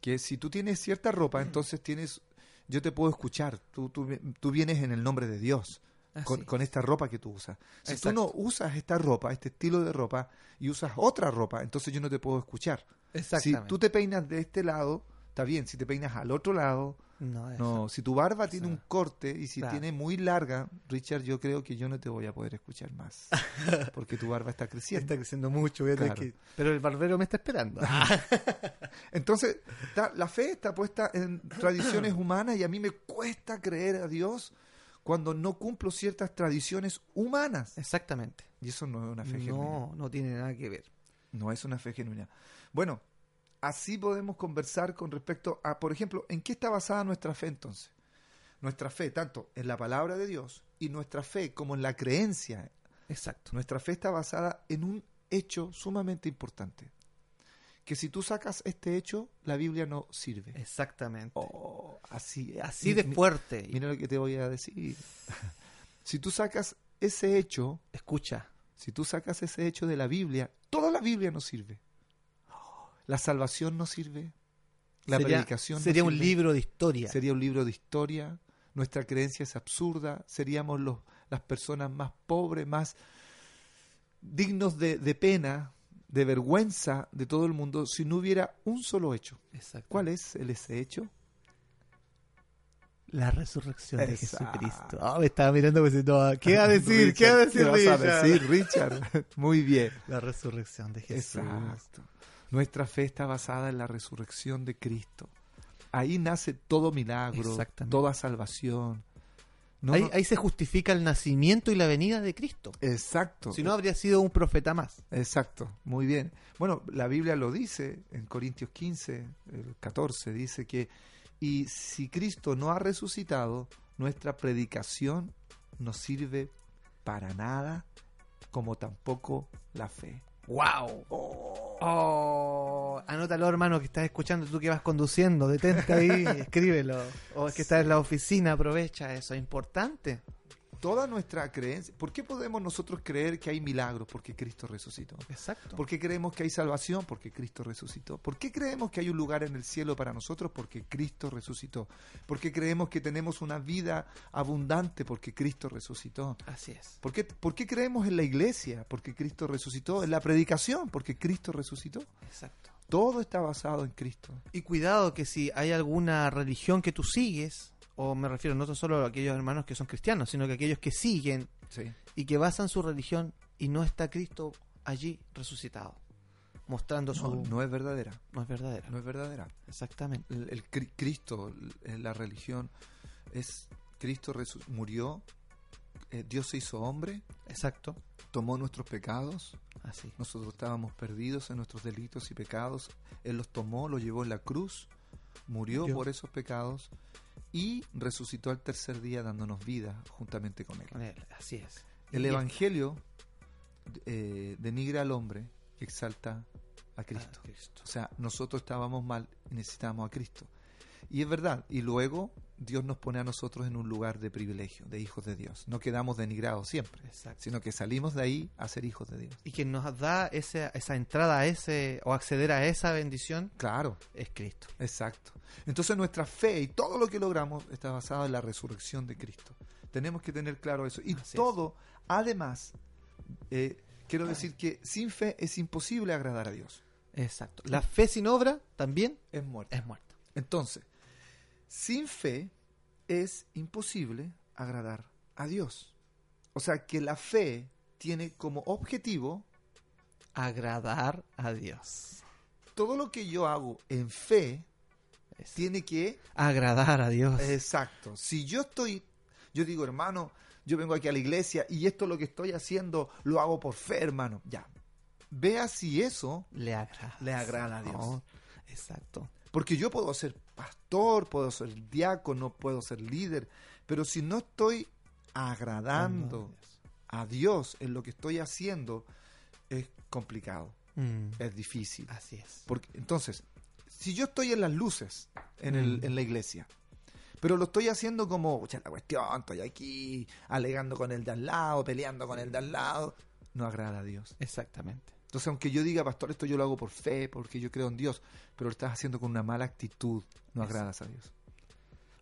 Speaker 2: Que si tú tienes cierta ropa, entonces tienes, yo te puedo escuchar, tú, tú, tú vienes en el nombre de Dios. Con,
Speaker 1: Ah,
Speaker 3: Así
Speaker 2: con esta ropa que tú usas. Si
Speaker 1: Exacto.
Speaker 2: tú no usas esta ropa, este estilo de ropa, y usas otra ropa, entonces yo no te puedo escuchar. Si
Speaker 1: Exactamente.
Speaker 2: tú te peinas de este lado, está bien. Si te peinas al otro lado,
Speaker 1: No, es-
Speaker 2: no. Si tu barba tiene un corte y si
Speaker 1: Claro.
Speaker 2: tiene muy larga, Richard, yo creo que yo no te voy a poder escuchar más. Porque tu barba está creciendo.
Speaker 1: Está creciendo mucho. voy a tener
Speaker 2: Claro.
Speaker 1: que- Ah. Pero el barbero me está esperando.
Speaker 2: Entonces, ta- la fe está puesta en tradiciones humanas y a mí me cuesta creer a Dios cuando no cumplo ciertas tradiciones humanas.
Speaker 1: Exactamente.
Speaker 2: Y eso no es una fe genuina.
Speaker 1: No, no tiene nada que ver.
Speaker 2: No es una fe genuina. Bueno, así podemos conversar con respecto a, por ejemplo, ¿en qué está basada nuestra fe entonces? Nuestra fe, tanto en la palabra de Dios y nuestra fe como en la creencia.
Speaker 1: Exacto.
Speaker 2: Nuestra fe está basada en un hecho sumamente importante. Que si tú sacas este hecho, la Biblia no
Speaker 1: Este.
Speaker 2: sirve.
Speaker 1: Exactamente.
Speaker 2: Oh, así,
Speaker 1: Así de fuerte.
Speaker 2: Mi- Mira lo que te voy a decir. si tú sacas ese hecho,
Speaker 1: Escucha.
Speaker 2: si tú sacas ese hecho de la Biblia, toda la Biblia no sirve. La salvación no sirve. La
Speaker 1: Oh. Sería-
Speaker 2: predicación no
Speaker 1: Sería un
Speaker 2: sirve.
Speaker 1: libro de historia.
Speaker 2: Sería un libro de historia. Nuestra creencia es absurda. Seríamos los, las personas más pobres, más dignos de, de pena, de vergüenza de todo el mundo si no hubiera un solo hecho.
Speaker 1: Exacto.
Speaker 2: ¿Cuál es el ese hecho?
Speaker 1: La resurrección de
Speaker 2: Exacto.
Speaker 1: Jesucristo. Ah, me estaba mirando como diciendo, ah, ¿qué va a decir? ¿Qué va a decir?
Speaker 2: ¿Qué vas a
Speaker 1: Richard?
Speaker 2: decir, Richard? Muy bien.
Speaker 1: La resurrección de Jesús.
Speaker 2: Exacto. Nuestra fe está basada en la resurrección de Cristo. Ahí nace todo milagro,
Speaker 1: Exactamente.
Speaker 2: toda salvación. No,
Speaker 1: ahí,
Speaker 2: no-
Speaker 1: ahí se justifica el nacimiento y la venida de Cristo.
Speaker 2: Exacto.
Speaker 1: Si no, habría sido un profeta más.
Speaker 2: Exacto, muy bien. Bueno, la Biblia lo dice en Corintios 15, el 14, dice que, y si Cristo no ha resucitado, nuestra predicación no sirve para nada, como tampoco la fe.
Speaker 1: ¡Wow! Oh. anótalo, hermano, que estás escuchando, tú que vas conduciendo. Detente ahí, escríbelo. O es que estás en la oficina, aprovecha eso. Es importante.
Speaker 2: Toda nuestra creencia, ¿por qué podemos nosotros creer que hay milagros porque Cristo resucitó?
Speaker 1: Exacto.
Speaker 2: ¿Por qué creemos que hay salvación? Porque Cristo resucitó. ¿Por qué creemos que hay un lugar en el cielo para nosotros? Porque Cristo resucitó. ¿Por qué creemos que tenemos una vida abundante? Porque Cristo resucitó.
Speaker 1: Así es.
Speaker 2: ¿Por qué, por qué creemos en la iglesia? Porque Cristo resucitó. En la predicación, porque Cristo resucitó.
Speaker 1: Exacto.
Speaker 2: Todo está basado en Cristo.
Speaker 1: Y cuidado que si hay alguna religión que tú sigues, o me refiero no solo a aquellos hermanos que son cristianos, sino que aquellos que siguen
Speaker 2: Sí.
Speaker 1: y que basan su religión y no está Cristo allí resucitado, mostrando su...
Speaker 2: No, no es verdadera.
Speaker 1: no es verdadero.
Speaker 2: No es verdadera.
Speaker 1: Exactamente.
Speaker 2: El, el cri- Cristo, el- la religión, es Cristo resu- murió, eh, Dios se hizo hombre,
Speaker 1: Exacto.
Speaker 2: tomó nuestros pecados,
Speaker 1: Así.
Speaker 2: Nosotros estábamos perdidos en nuestros delitos y pecados. Él los tomó, los llevó en la cruz, murió
Speaker 1: Murió.
Speaker 2: por esos pecados y resucitó al tercer día dándonos vida juntamente con Él.
Speaker 1: Con él, Así es.
Speaker 2: El
Speaker 1: Y-
Speaker 2: Evangelio eh, denigra al hombre, exalta a
Speaker 1: Ah,
Speaker 2: Cristo.
Speaker 1: Cristo.
Speaker 2: O sea, nosotros estábamos mal y necesitábamos a Cristo. Y es verdad, y luego Dios nos pone a nosotros en un lugar de privilegio, de hijos de Dios. No quedamos denigrados siempre,
Speaker 1: Exacto.
Speaker 2: sino que salimos de ahí a ser hijos de Dios.
Speaker 1: Y quien nos da ese- esa entrada a ese, o acceder a esa bendición,
Speaker 2: Claro,
Speaker 1: es Cristo.
Speaker 2: Exacto. Entonces nuestra fe y todo lo que logramos está basado en la resurrección de Cristo. Tenemos que tener claro eso. Y
Speaker 1: Así es.
Speaker 2: todo, además, eh, quiero decir que sin fe es imposible agradar a Dios.
Speaker 1: Exacto. La fe sin obra también
Speaker 2: Es muerte.
Speaker 1: es muerta.
Speaker 2: Entonces, sin fe es imposible agradar a Dios. O sea que la fe tiene como objetivo
Speaker 1: Agradar a Dios.
Speaker 2: todo lo que yo hago en fe
Speaker 1: Es-
Speaker 2: tiene que
Speaker 1: Agradar a Dios.
Speaker 2: Exacto. Si yo estoy, yo digo, hermano, yo vengo aquí a la iglesia y esto lo que estoy haciendo lo hago por fe, hermano. Ya. Vea si eso,
Speaker 1: le agrada. Oh,
Speaker 2: Le agrada a Dios.
Speaker 1: exacto.
Speaker 2: porque yo puedo ser pastor, puedo ser diácono, puedo ser líder, pero si no estoy agradando a Dios en lo que estoy haciendo, es complicado,
Speaker 1: Mm,
Speaker 2: es difícil.
Speaker 1: así es.
Speaker 2: Porque, entonces, si yo estoy en las luces en, el-
Speaker 1: Mm.
Speaker 2: en la iglesia, Pero lo estoy haciendo como, "Pucha, la cuestión, estoy aquí, alegando con el de al lado, peleando con el de al lado. No agrada a Dios.
Speaker 1: Exactamente.
Speaker 2: Entonces, aunque yo diga, pastor, esto yo lo hago por fe, porque yo creo en Dios, pero lo estás haciendo con una mala actitud, no
Speaker 1: Exacto.
Speaker 2: agradas a Dios.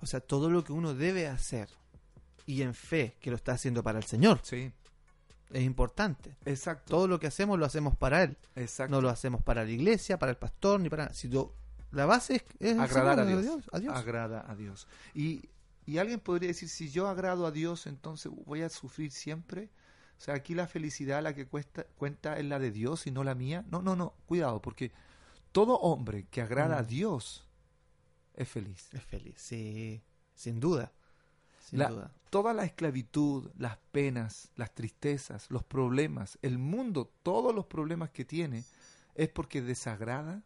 Speaker 1: O sea, todo lo que uno debe hacer y en fe que lo está haciendo para el Señor
Speaker 2: Sí,
Speaker 1: es importante.
Speaker 2: exacto,
Speaker 1: Todo lo que hacemos lo hacemos para Él.
Speaker 2: exacto.
Speaker 1: No lo hacemos para la iglesia, para el pastor, ni para... Si yo- la base es, es el
Speaker 2: agradar a
Speaker 1: Señor,
Speaker 2: Dios,
Speaker 1: a Dios.
Speaker 2: Agrada a Dios. Y, y alguien podría decir, si yo agrado a Dios, entonces voy a sufrir siempre. O sea, aquí la felicidad, la que cuesta, cuenta es la de Dios y no la mía. No, no, no, cuidado, porque todo hombre que agrada a
Speaker 1: Mm.
Speaker 2: Dios es feliz.
Speaker 1: Es feliz, sí, sin duda. Sin
Speaker 2: La-
Speaker 1: duda.
Speaker 2: Toda la esclavitud, las penas, las tristezas, los problemas, el mundo, todos los problemas que tiene, es porque desagrada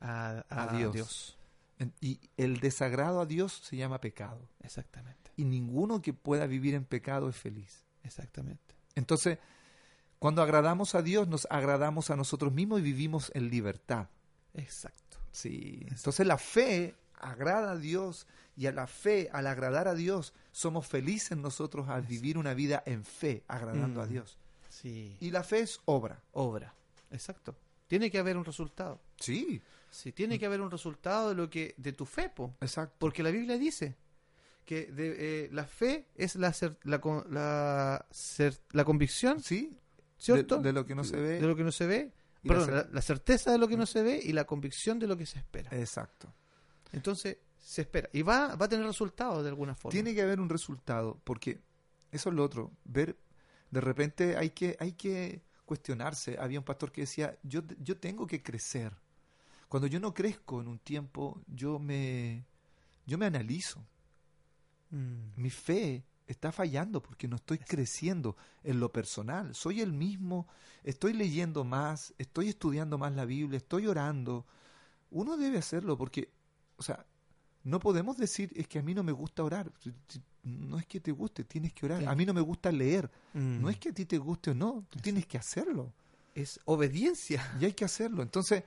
Speaker 1: A,
Speaker 2: a
Speaker 1: a
Speaker 2: Dios.
Speaker 1: Dios.
Speaker 2: En- Y el desagrado a Dios se llama pecado.
Speaker 1: Exactamente,
Speaker 2: Y ninguno que pueda vivir en pecado es feliz.
Speaker 1: exactamente.
Speaker 2: Entonces, cuando agradamos a Dios, nos agradamos a nosotros mismos y vivimos en libertad.
Speaker 1: Exacto.
Speaker 2: Sí. Entonces la fe agrada a Dios y a la fe, al agradar a Dios, somos felices nosotros al vivir una vida en fe, agradando a
Speaker 1: Mm.
Speaker 2: Dios.
Speaker 1: Sí.
Speaker 2: Y la fe es obra.
Speaker 1: obra. Exacto. Tiene que haber un resultado.
Speaker 2: Sí,
Speaker 1: Sí,
Speaker 2: Mm.
Speaker 1: tiene que haber un resultado de lo que de tu fe, po.
Speaker 2: exacto.
Speaker 1: porque la Biblia dice que de, eh, la fe es la cer- la, con- la, cer- la convicción,
Speaker 2: Sí, de,
Speaker 1: ¿cierto?
Speaker 2: de lo que no se ve.
Speaker 1: De lo que no se ve,
Speaker 2: y la
Speaker 1: perdón,
Speaker 2: cer- Mm. Eh.
Speaker 1: la, la certeza de lo que no se ve y la convicción de lo que se espera.
Speaker 2: Exacto.
Speaker 1: Entonces se espera y va va a tener resultados de alguna forma.
Speaker 2: Tiene que haber un resultado, porque eso es lo otro. Ver, de repente hay que, hay que cuestionarse. Había un pastor que decía, yo, yo tengo que crecer. Cuando yo no crezco en un tiempo, yo me, yo me analizo.
Speaker 1: Mm,
Speaker 2: Mi fe está fallando porque no estoy creciendo en lo personal. Soy el mismo, estoy leyendo más, estoy estudiando más la Biblia, estoy orando. Uno debe hacerlo porque, o sea, no podemos decir es que a mí no me gusta orar. Si- si- No es que te guste, tienes que orar.
Speaker 1: Sí.
Speaker 2: A mí no me gusta leer.
Speaker 1: mm.
Speaker 2: No es que a ti te guste o no, tú tienes que hacerlo
Speaker 1: es obediencia.
Speaker 2: y hay que hacerlo. Entonces,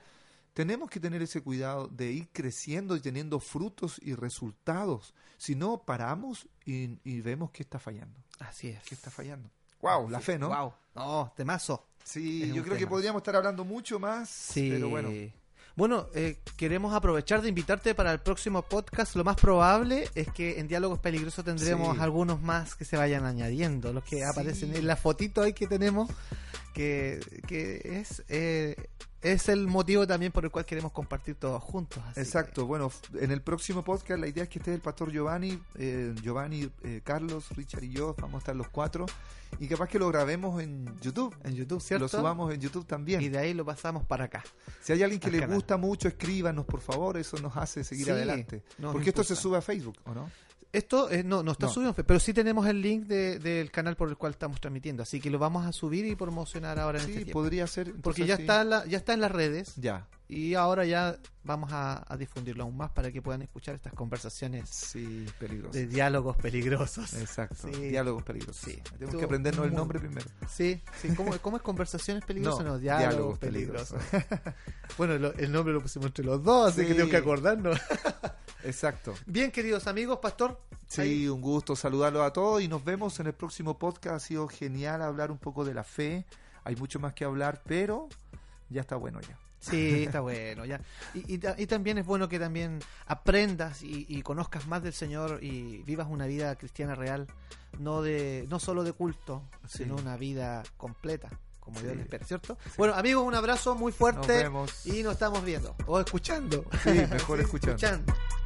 Speaker 2: tenemos que tener ese cuidado de ir creciendo y teniendo frutos y resultados. Si no, paramos y, y vemos que está fallando.
Speaker 1: Así es.
Speaker 2: Que está fallando. ¡Wow! La fe, ¿no?
Speaker 1: Wow. No, temazo.
Speaker 2: Sí,
Speaker 1: Es
Speaker 2: yo
Speaker 1: un
Speaker 2: creo que
Speaker 1: tema.
Speaker 2: podríamos estar hablando mucho más.
Speaker 1: Sí.
Speaker 2: Pero bueno,
Speaker 1: Bueno, eh, queremos aprovechar de invitarte para el próximo podcast. Lo más probable es que en Diálogos Peligrosos tendremos
Speaker 2: Sí.
Speaker 1: algunos más que se vayan añadiendo, los que
Speaker 2: Sí.
Speaker 1: aparecen en la fotito ahí que tenemos, que, que es, eh, es el motivo también por el cual queremos compartir todos juntos. así que-
Speaker 2: exacto. Bueno, f- en el próximo podcast la idea es que esté el pastor Giovanni, eh, Giovanni, eh, Carlos, Richard y yo. Vamos a estar los cuatro. Y capaz que lo grabemos en YouTube.
Speaker 1: en YouTube, ¿cierto?
Speaker 2: Lo subamos en YouTube también.
Speaker 1: y de ahí lo pasamos para acá.
Speaker 2: Si hay alguien que
Speaker 1: Al
Speaker 2: le
Speaker 1: canal.
Speaker 2: gusta mucho, escríbanos, por favor. Eso nos hace seguir
Speaker 1: Sí,
Speaker 2: adelante.
Speaker 1: nos
Speaker 2: Porque esto se
Speaker 1: impulsa.
Speaker 2: sube a Facebook, ¿o no?
Speaker 1: Esto eh, no, no está
Speaker 2: No.
Speaker 1: subido, en Fe- pero sí tenemos el link de- del canal por el cual estamos transmitiendo, así que lo vamos a subir y promocionar ahora en este
Speaker 2: Sí,
Speaker 1: tiempo.
Speaker 2: podría ser.
Speaker 1: Porque
Speaker 2: entonces,
Speaker 1: ya
Speaker 2: sí.
Speaker 1: está, en la- ya está en las redes
Speaker 2: Ya.
Speaker 1: y ahora ya vamos a, a difundirlo aún más para que puedan escuchar estas conversaciones
Speaker 2: Sí, peligroso.
Speaker 1: de diálogos peligrosos.
Speaker 2: Exacto.
Speaker 1: Eh, Sí.
Speaker 2: Diálogos peligrosos.
Speaker 1: Sí.
Speaker 2: Tenemos
Speaker 1: Estuvo
Speaker 2: que aprendernos el
Speaker 1: muy-
Speaker 2: nombre primero.
Speaker 1: Sí, sí. ¿Cómo, cómo es conversaciones peligrosas? No,
Speaker 2: No,
Speaker 1: diálogos,
Speaker 2: diálogos
Speaker 1: peligrosos. bueno, lo- el nombre lo pusimos entre los dos, así que
Speaker 2: Sí.
Speaker 1: tengo que acordarnos.
Speaker 2: Exacto.
Speaker 1: Bien, queridos amigos, Pastor.
Speaker 2: Sí,
Speaker 1: ahí-
Speaker 2: un gusto saludarlos a todos y nos vemos en el próximo podcast. Ha sido genial hablar un poco de la fe. Hay mucho más que hablar, pero ya está bueno ya.
Speaker 1: Sí, está bueno. ya y, y ta- y también es bueno que también aprendas y, y conozcas más del Señor y vivas una vida cristiana real, no de no solo de culto,
Speaker 2: Sí.
Speaker 1: sino una vida completa, como Dios
Speaker 2: Sí.
Speaker 1: le espera, ¿cierto? Bueno, amigos, un abrazo muy fuerte
Speaker 2: Nos vemos.
Speaker 1: y nos estamos viendo o escuchando.
Speaker 2: Sí, mejor
Speaker 1: Sí,
Speaker 2: escuchando.
Speaker 1: escuchando.